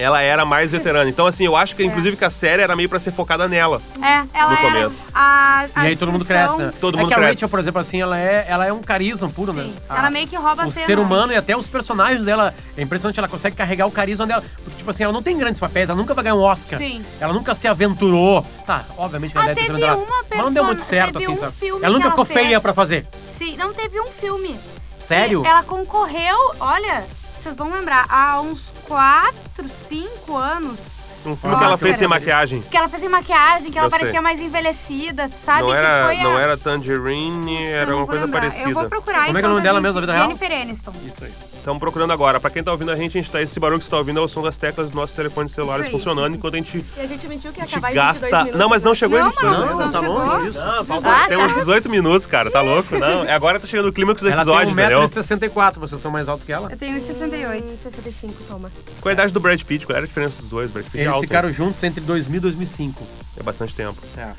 [SPEAKER 3] ela era mais veterana. Então, assim, eu acho que, inclusive, que a série era meio pra ser focada nela.
[SPEAKER 4] É, ela
[SPEAKER 3] No
[SPEAKER 4] é
[SPEAKER 3] começo.
[SPEAKER 4] a, a
[SPEAKER 1] E aí todo mundo cresce, né?
[SPEAKER 3] Todo
[SPEAKER 1] é
[SPEAKER 3] mundo
[SPEAKER 1] que a
[SPEAKER 3] cresce.
[SPEAKER 1] Rachel, por exemplo, assim, ela é, ela é um carisma puro, né?
[SPEAKER 4] Sim.
[SPEAKER 1] A-
[SPEAKER 4] Ela é meio que rouba a
[SPEAKER 1] o
[SPEAKER 4] cena.
[SPEAKER 1] ser humano e até os personagens dela. É impressionante, ela consegue carregar o carisma dela. Porque, tipo assim, ela não tem grandes papéis, ela nunca vai ganhar um Oscar.
[SPEAKER 4] Sim.
[SPEAKER 1] Ela nunca se aventurou. Tá, obviamente ela
[SPEAKER 4] Ah,
[SPEAKER 1] deve ter se
[SPEAKER 4] teve
[SPEAKER 1] aventurado.
[SPEAKER 4] uma
[SPEAKER 1] Mas não deu
[SPEAKER 4] persona-
[SPEAKER 1] muito certo,
[SPEAKER 4] teve
[SPEAKER 1] assim,
[SPEAKER 4] um
[SPEAKER 1] sabe?
[SPEAKER 4] filme
[SPEAKER 1] Ela
[SPEAKER 4] que
[SPEAKER 1] nunca
[SPEAKER 4] ela
[SPEAKER 1] ficou feia
[SPEAKER 4] fez.
[SPEAKER 1] pra fazer.
[SPEAKER 4] Sim, não teve um filme.
[SPEAKER 1] Sério?
[SPEAKER 4] Ela concorreu, olha, vocês vão lembrar, há uns 4, 5 anos.
[SPEAKER 3] Um filme
[SPEAKER 4] Nossa,
[SPEAKER 3] que ela fez sem
[SPEAKER 4] peraí.
[SPEAKER 3] maquiagem.
[SPEAKER 4] Que ela fez em maquiagem, que ela
[SPEAKER 3] Eu sei.
[SPEAKER 4] parecia mais envelhecida, sabe?
[SPEAKER 3] não
[SPEAKER 4] que
[SPEAKER 3] era,
[SPEAKER 4] foi a...
[SPEAKER 3] não era Tangerine,
[SPEAKER 4] Eu
[SPEAKER 3] era
[SPEAKER 4] não
[SPEAKER 3] uma
[SPEAKER 4] vou
[SPEAKER 3] coisa
[SPEAKER 4] lembrar.
[SPEAKER 3] parecida.
[SPEAKER 4] Eu vou procurar.
[SPEAKER 1] Como é que é o nome
[SPEAKER 4] enquanto
[SPEAKER 1] dela
[SPEAKER 4] a
[SPEAKER 1] mesmo, na
[SPEAKER 4] gente-
[SPEAKER 1] vida real?
[SPEAKER 4] Jennifer Aniston.
[SPEAKER 1] Isso aí.
[SPEAKER 3] Estamos procurando agora. Pra quem tá ouvindo a gente, a gente tá esse barulho que você tá ouvindo é o som das teclas dos nossos telefones celulares
[SPEAKER 2] Isso aí.
[SPEAKER 3] funcionando enquanto a gente,
[SPEAKER 2] E a gente mentiu que ia
[SPEAKER 3] a gente
[SPEAKER 2] acabar em 22
[SPEAKER 3] gasta.
[SPEAKER 2] minutos.
[SPEAKER 3] Não, mas não
[SPEAKER 2] né?
[SPEAKER 3] chegou
[SPEAKER 4] Não,
[SPEAKER 3] em 22
[SPEAKER 4] mano,
[SPEAKER 3] minutos.
[SPEAKER 1] Não,
[SPEAKER 4] não
[SPEAKER 1] tá
[SPEAKER 4] chegou.
[SPEAKER 1] longe isso.
[SPEAKER 3] Não, faltam,
[SPEAKER 2] Ah, tá.
[SPEAKER 3] temos 18 minutos, cara. Tá louco? Não. É Agora tá chegando o clímax do
[SPEAKER 1] Ela tem
[SPEAKER 3] episódio, entendeu? É.
[SPEAKER 1] 1,64m, vocês são mais altos que ela?
[SPEAKER 4] Eu tenho 68.
[SPEAKER 2] Hum, 65, toma.
[SPEAKER 3] Qual a idade do Brad Pitt? Qual era a diferença dos dois? Brad Pitt é
[SPEAKER 1] Eles
[SPEAKER 3] alto.
[SPEAKER 1] ficaram juntos entre 2000 e 2005.
[SPEAKER 3] É bastante tempo.
[SPEAKER 1] É.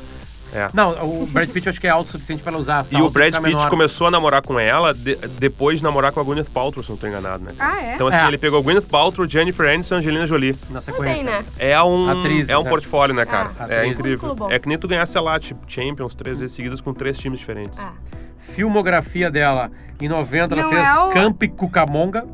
[SPEAKER 3] É.
[SPEAKER 1] Não, o Brad Pitt eu acho que é alto o suficiente pra ela usar a
[SPEAKER 3] E
[SPEAKER 1] salto,
[SPEAKER 3] o Brad
[SPEAKER 1] ficar
[SPEAKER 3] Pitt
[SPEAKER 1] menor.
[SPEAKER 3] começou a namorar com ela de- depois de namorar com a Gwyneth Paltrow, se não tô enganado, né?
[SPEAKER 4] Ah, é?
[SPEAKER 3] Então assim,
[SPEAKER 1] É.
[SPEAKER 3] ele pegou Gwyneth Paltrow, Jennifer Aniston, Angelina Jolie.
[SPEAKER 1] na
[SPEAKER 2] Tudo bem,
[SPEAKER 1] sequência.
[SPEAKER 2] né?
[SPEAKER 3] É um
[SPEAKER 1] Atrizes,
[SPEAKER 3] é um
[SPEAKER 1] né?
[SPEAKER 3] portfólio, né, cara?
[SPEAKER 1] Ah,
[SPEAKER 3] é
[SPEAKER 1] atrizes.
[SPEAKER 3] incrível.
[SPEAKER 2] Músculo bom.
[SPEAKER 3] É que nem tu ganhar, sei lá, tipo, Champions três vezes seguidas com três times diferentes.
[SPEAKER 2] Ah.
[SPEAKER 1] filmografia dela. Em 90 ela
[SPEAKER 4] Não
[SPEAKER 1] fez
[SPEAKER 4] é o-
[SPEAKER 1] Camp Cucamonga.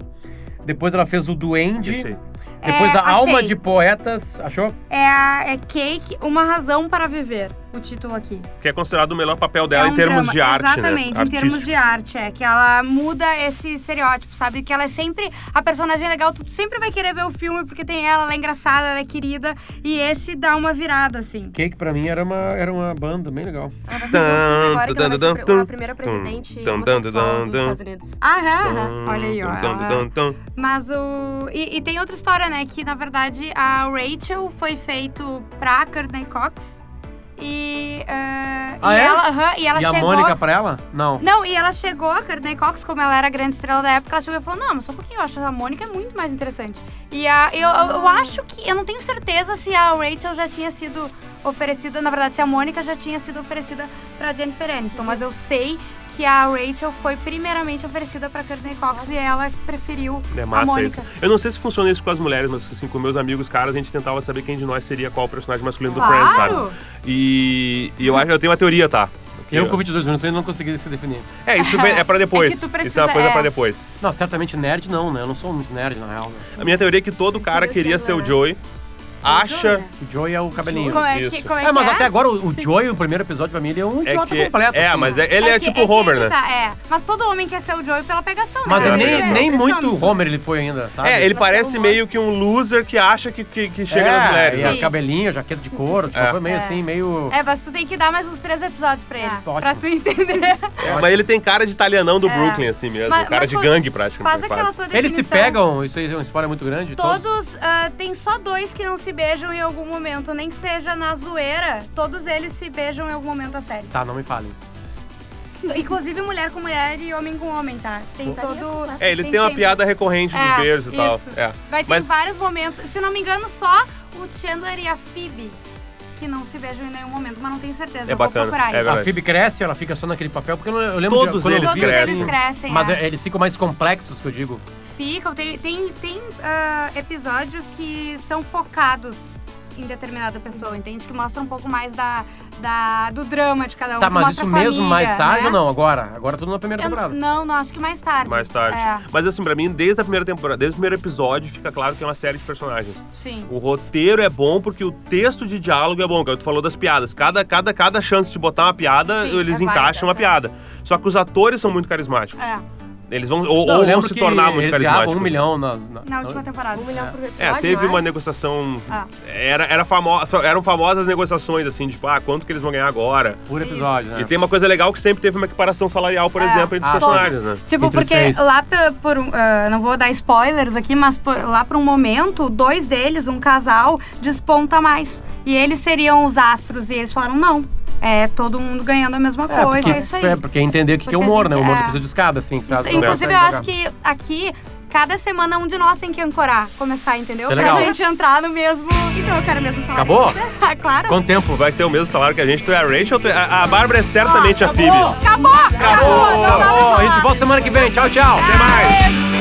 [SPEAKER 1] Depois ela fez o Duende.
[SPEAKER 3] Isso aí.
[SPEAKER 4] É,
[SPEAKER 1] Depois da
[SPEAKER 4] achei.
[SPEAKER 1] alma de poetas, achou?
[SPEAKER 4] É, a- é Cake, Uma Razão para Viver, o título aqui.
[SPEAKER 3] Que é considerado o melhor papel dela
[SPEAKER 4] é um
[SPEAKER 3] em termos
[SPEAKER 4] drama.
[SPEAKER 3] de arte,
[SPEAKER 4] Exatamente,
[SPEAKER 3] né?
[SPEAKER 4] em termos de arte. É que ela muda esse estereótipo, sabe? Que ela é sempre. A personagem é legal, tu sempre vai querer ver o filme porque tem ela, ela é engraçada, ela é querida. E esse dá uma virada, assim.
[SPEAKER 1] Cake pra mim era uma, era uma banda bem legal.
[SPEAKER 2] Ela vai fazer um filme agora que ela vai ser
[SPEAKER 3] Tum,
[SPEAKER 2] pre- a
[SPEAKER 3] tum,
[SPEAKER 2] primeira
[SPEAKER 3] tum,
[SPEAKER 2] presidente
[SPEAKER 3] tum,
[SPEAKER 2] homossexual
[SPEAKER 3] tum,
[SPEAKER 2] dos
[SPEAKER 3] tum,
[SPEAKER 2] Estados Unidos.
[SPEAKER 4] Aham, Ah, olha aí, ó. ela-
[SPEAKER 3] ó.
[SPEAKER 4] Mas o. E, e tem outra história, né? Que na verdade a Rachel foi feito pra Courtney Cox. E. eh,
[SPEAKER 1] Ah,
[SPEAKER 4] e
[SPEAKER 1] é?
[SPEAKER 4] ela, aham, e ela
[SPEAKER 1] e
[SPEAKER 4] chegou.
[SPEAKER 1] a Mônica pra ela? Não.
[SPEAKER 4] Não, e ela chegou, a Courtney Cox, como ela era a grande estrela da época, ela chegou e falou: Não, mas só um pouquinho, eu acho a Mônica muito mais interessante. E a, eu, eu, eu acho que. Eu não tenho certeza se a Rachel já tinha sido oferecida, na verdade, se a Mônica já tinha sido oferecida pra Jennifer Aniston, mas eu sei que a Rachel foi primeiramente oferecida pra Courtney Cox e ela preferiu
[SPEAKER 3] É
[SPEAKER 4] a
[SPEAKER 3] massa isso.
[SPEAKER 4] Mônica.
[SPEAKER 3] Eu não sei se funciona isso com as mulheres, mas assim, com meus amigos caras, a gente tentava saber quem de nós seria qual personagem masculino do Friends, sabe?
[SPEAKER 4] Claro!
[SPEAKER 3] E, e eu acho eu tenho uma teoria, tá? Que
[SPEAKER 1] Eu com 22 anos eu não consegui se definir.
[SPEAKER 3] É, isso vem- é pra
[SPEAKER 4] É que
[SPEAKER 3] depois.
[SPEAKER 4] tu precisa-
[SPEAKER 3] isso é uma coisa
[SPEAKER 4] é.
[SPEAKER 3] pra depois.
[SPEAKER 1] Não, certamente nerd não, né? Eu não sou muito nerd, na real. né?
[SPEAKER 3] A minha teoria é que todo cara
[SPEAKER 2] eu
[SPEAKER 3] queria
[SPEAKER 2] tinha
[SPEAKER 3] ser o
[SPEAKER 2] agora.
[SPEAKER 3] Joey, acha...
[SPEAKER 1] O Joey é o cabelinho.
[SPEAKER 4] Como é que,
[SPEAKER 3] Isso.
[SPEAKER 4] como é,
[SPEAKER 1] É, mas
[SPEAKER 4] que
[SPEAKER 1] até agora o, o Joey, o primeiro episódio, pra mim, ele é um
[SPEAKER 3] É,
[SPEAKER 1] idiota
[SPEAKER 3] que,
[SPEAKER 1] completo.
[SPEAKER 3] é
[SPEAKER 1] assim.
[SPEAKER 3] mas é- ele é,
[SPEAKER 4] que-
[SPEAKER 3] tipo
[SPEAKER 4] que
[SPEAKER 3] o Homer,
[SPEAKER 4] aí que
[SPEAKER 3] né?
[SPEAKER 4] Tá, é. Mas todo homem quer ser o Joey pela pegação, né?
[SPEAKER 1] Mas
[SPEAKER 3] É,
[SPEAKER 1] ele
[SPEAKER 3] é
[SPEAKER 1] nem,
[SPEAKER 3] verdade.
[SPEAKER 1] nem
[SPEAKER 4] Eles
[SPEAKER 1] muito
[SPEAKER 4] homens.
[SPEAKER 1] Homer ele foi ainda, sabe?
[SPEAKER 3] É, ele
[SPEAKER 2] Mas
[SPEAKER 3] parece
[SPEAKER 2] pelo
[SPEAKER 3] meio que um loser que acha que, que, que chega nas mulheres.
[SPEAKER 1] É, e
[SPEAKER 3] né?
[SPEAKER 1] a cabelinho, jaqueta de couro, tipo,
[SPEAKER 3] É.
[SPEAKER 1] foi meio assim, meio...
[SPEAKER 4] É, mas tu tem que dar mais uns três episódios pra ele.
[SPEAKER 1] Ótimo.
[SPEAKER 4] Pra tu entender.
[SPEAKER 3] É, mas ele tem cara de italianão do
[SPEAKER 4] É.
[SPEAKER 3] Brooklyn, assim mesmo.
[SPEAKER 4] Mas-
[SPEAKER 3] cara
[SPEAKER 4] mas
[SPEAKER 3] de
[SPEAKER 4] faz-
[SPEAKER 3] gangue, praticamente. né?
[SPEAKER 4] Faz aquela
[SPEAKER 3] quase.
[SPEAKER 4] tua definição.
[SPEAKER 1] Eles se pegam, isso aí é uma história muito grande.
[SPEAKER 4] Todos, ah, tem só dois que não se beijam em algum momento, nem que seja na zoeira, todos eles se beijam em algum momento da série.
[SPEAKER 1] Tá, não me falem.
[SPEAKER 4] Inclusive mulher com mulher e homem com homem, tá? Tem todo...
[SPEAKER 3] É, ele tem uma
[SPEAKER 4] sempre-
[SPEAKER 3] piada recorrente dos
[SPEAKER 4] É,
[SPEAKER 3] beijos e tal.
[SPEAKER 4] isso.
[SPEAKER 3] É.
[SPEAKER 4] Vai ter
[SPEAKER 3] Mas-
[SPEAKER 4] vários momentos. Se não me engano, só o Chandler e a Phoebe que não se beijam em nenhum momento, mas não tenho certeza.
[SPEAKER 3] É
[SPEAKER 4] eu
[SPEAKER 3] bacana,
[SPEAKER 4] vou procurar
[SPEAKER 3] é
[SPEAKER 4] isso.
[SPEAKER 3] verdade.
[SPEAKER 1] A Phoebe cresce, ela fica só naquele papel, porque eu não- eu lembro
[SPEAKER 3] Todos
[SPEAKER 1] de, quando
[SPEAKER 3] eles
[SPEAKER 1] eu
[SPEAKER 4] Todos
[SPEAKER 1] vi,
[SPEAKER 3] crescem.
[SPEAKER 4] eles
[SPEAKER 1] assim,
[SPEAKER 4] crescem.
[SPEAKER 1] Mas
[SPEAKER 4] é.
[SPEAKER 1] é- eles ficam mais complexos, que eu digo.
[SPEAKER 4] Ficam, tem, tem, tem ah, episódios que são focados em determinada pessoa, entende? Que mostra um pouco mais da, da- do drama de cada um.
[SPEAKER 1] tá,
[SPEAKER 4] que
[SPEAKER 1] mas
[SPEAKER 4] mostra
[SPEAKER 1] isso
[SPEAKER 4] a família,
[SPEAKER 1] mesmo mais tarde
[SPEAKER 4] né?
[SPEAKER 1] ou não? Agora? Agora tudo na primeira
[SPEAKER 4] Eu-
[SPEAKER 1] temporada.
[SPEAKER 4] não, não, acho que mais tarde.
[SPEAKER 3] Mais tarde.
[SPEAKER 4] É,
[SPEAKER 3] Mas assim, pra mim, desde a primeira temporada, desde o primeiro episódio, fica claro que é uma série de personagens.
[SPEAKER 4] sim.
[SPEAKER 3] O roteiro é bom porque o texto de diálogo é bom, cara. Tu falou das piadas. Cada, cada, cada chance de botar uma piada,
[SPEAKER 4] Sim,
[SPEAKER 3] eles
[SPEAKER 4] é válida,
[SPEAKER 3] encaixam uma
[SPEAKER 4] é.
[SPEAKER 3] piada. Só que os atores são muito carismáticos.
[SPEAKER 4] É,
[SPEAKER 3] Eles vão, ou,
[SPEAKER 1] Não, eu
[SPEAKER 3] ou vão
[SPEAKER 1] lembro
[SPEAKER 3] se
[SPEAKER 1] que
[SPEAKER 3] tornar muito
[SPEAKER 1] eles ganhavam
[SPEAKER 3] carismáticos.
[SPEAKER 1] um milhão nas, na,
[SPEAKER 4] na última temporada.
[SPEAKER 2] Um milhão por
[SPEAKER 3] É,
[SPEAKER 2] episódio,
[SPEAKER 3] teve
[SPEAKER 2] não
[SPEAKER 3] uma negociação.
[SPEAKER 4] Ah.
[SPEAKER 3] Era, era famo... Eram famosas negociações, assim, tipo, ah, quanto que eles vão ganhar agora?
[SPEAKER 1] Por
[SPEAKER 4] Isso.
[SPEAKER 1] episódio, né?
[SPEAKER 3] E tem uma coisa legal que sempre teve uma equiparação salarial, por
[SPEAKER 4] É.
[SPEAKER 3] exemplo, entre os
[SPEAKER 1] Ah,
[SPEAKER 3] personagens, né?
[SPEAKER 4] Tipo,
[SPEAKER 1] Entre os
[SPEAKER 4] porque
[SPEAKER 1] seis.
[SPEAKER 4] lá pe- por. um- ah, não vou dar spoilers aqui, mas por- lá por um momento, dois deles, um casal, desponta mais. E eles seriam os astros. E eles falaram: não, é todo mundo ganhando a mesma
[SPEAKER 1] É,
[SPEAKER 4] coisa,
[SPEAKER 1] porque,
[SPEAKER 4] é isso aí.
[SPEAKER 1] é, porque entender o que, que é
[SPEAKER 4] Porque a
[SPEAKER 1] humor, né?
[SPEAKER 4] gente-
[SPEAKER 1] O humor
[SPEAKER 4] é.
[SPEAKER 1] do piso de escada, assim,
[SPEAKER 4] Isso,
[SPEAKER 1] sabe?
[SPEAKER 4] inclusive, eu acho que aqui, cada semana, um de nós tem que ancorar, começar, entendeu?
[SPEAKER 1] Isso é legal.
[SPEAKER 4] Pra gente entrar no mesmo. Então, eu quero mesmo salário.
[SPEAKER 1] Acabou?
[SPEAKER 4] Ah, claro.
[SPEAKER 1] Quanto tempo?
[SPEAKER 3] Vai ter o mesmo salário que a gente, tu é a Rachel, tu é- a, a Bárbara é certamente a Phoebe.
[SPEAKER 4] Acabou! Acabou!
[SPEAKER 1] Acabou!
[SPEAKER 4] não
[SPEAKER 1] Acabou!
[SPEAKER 4] dá pra
[SPEAKER 1] A
[SPEAKER 4] falar.
[SPEAKER 1] gente volta semana que vem. Tchau, tchau!
[SPEAKER 3] Até mais!
[SPEAKER 4] Beijo.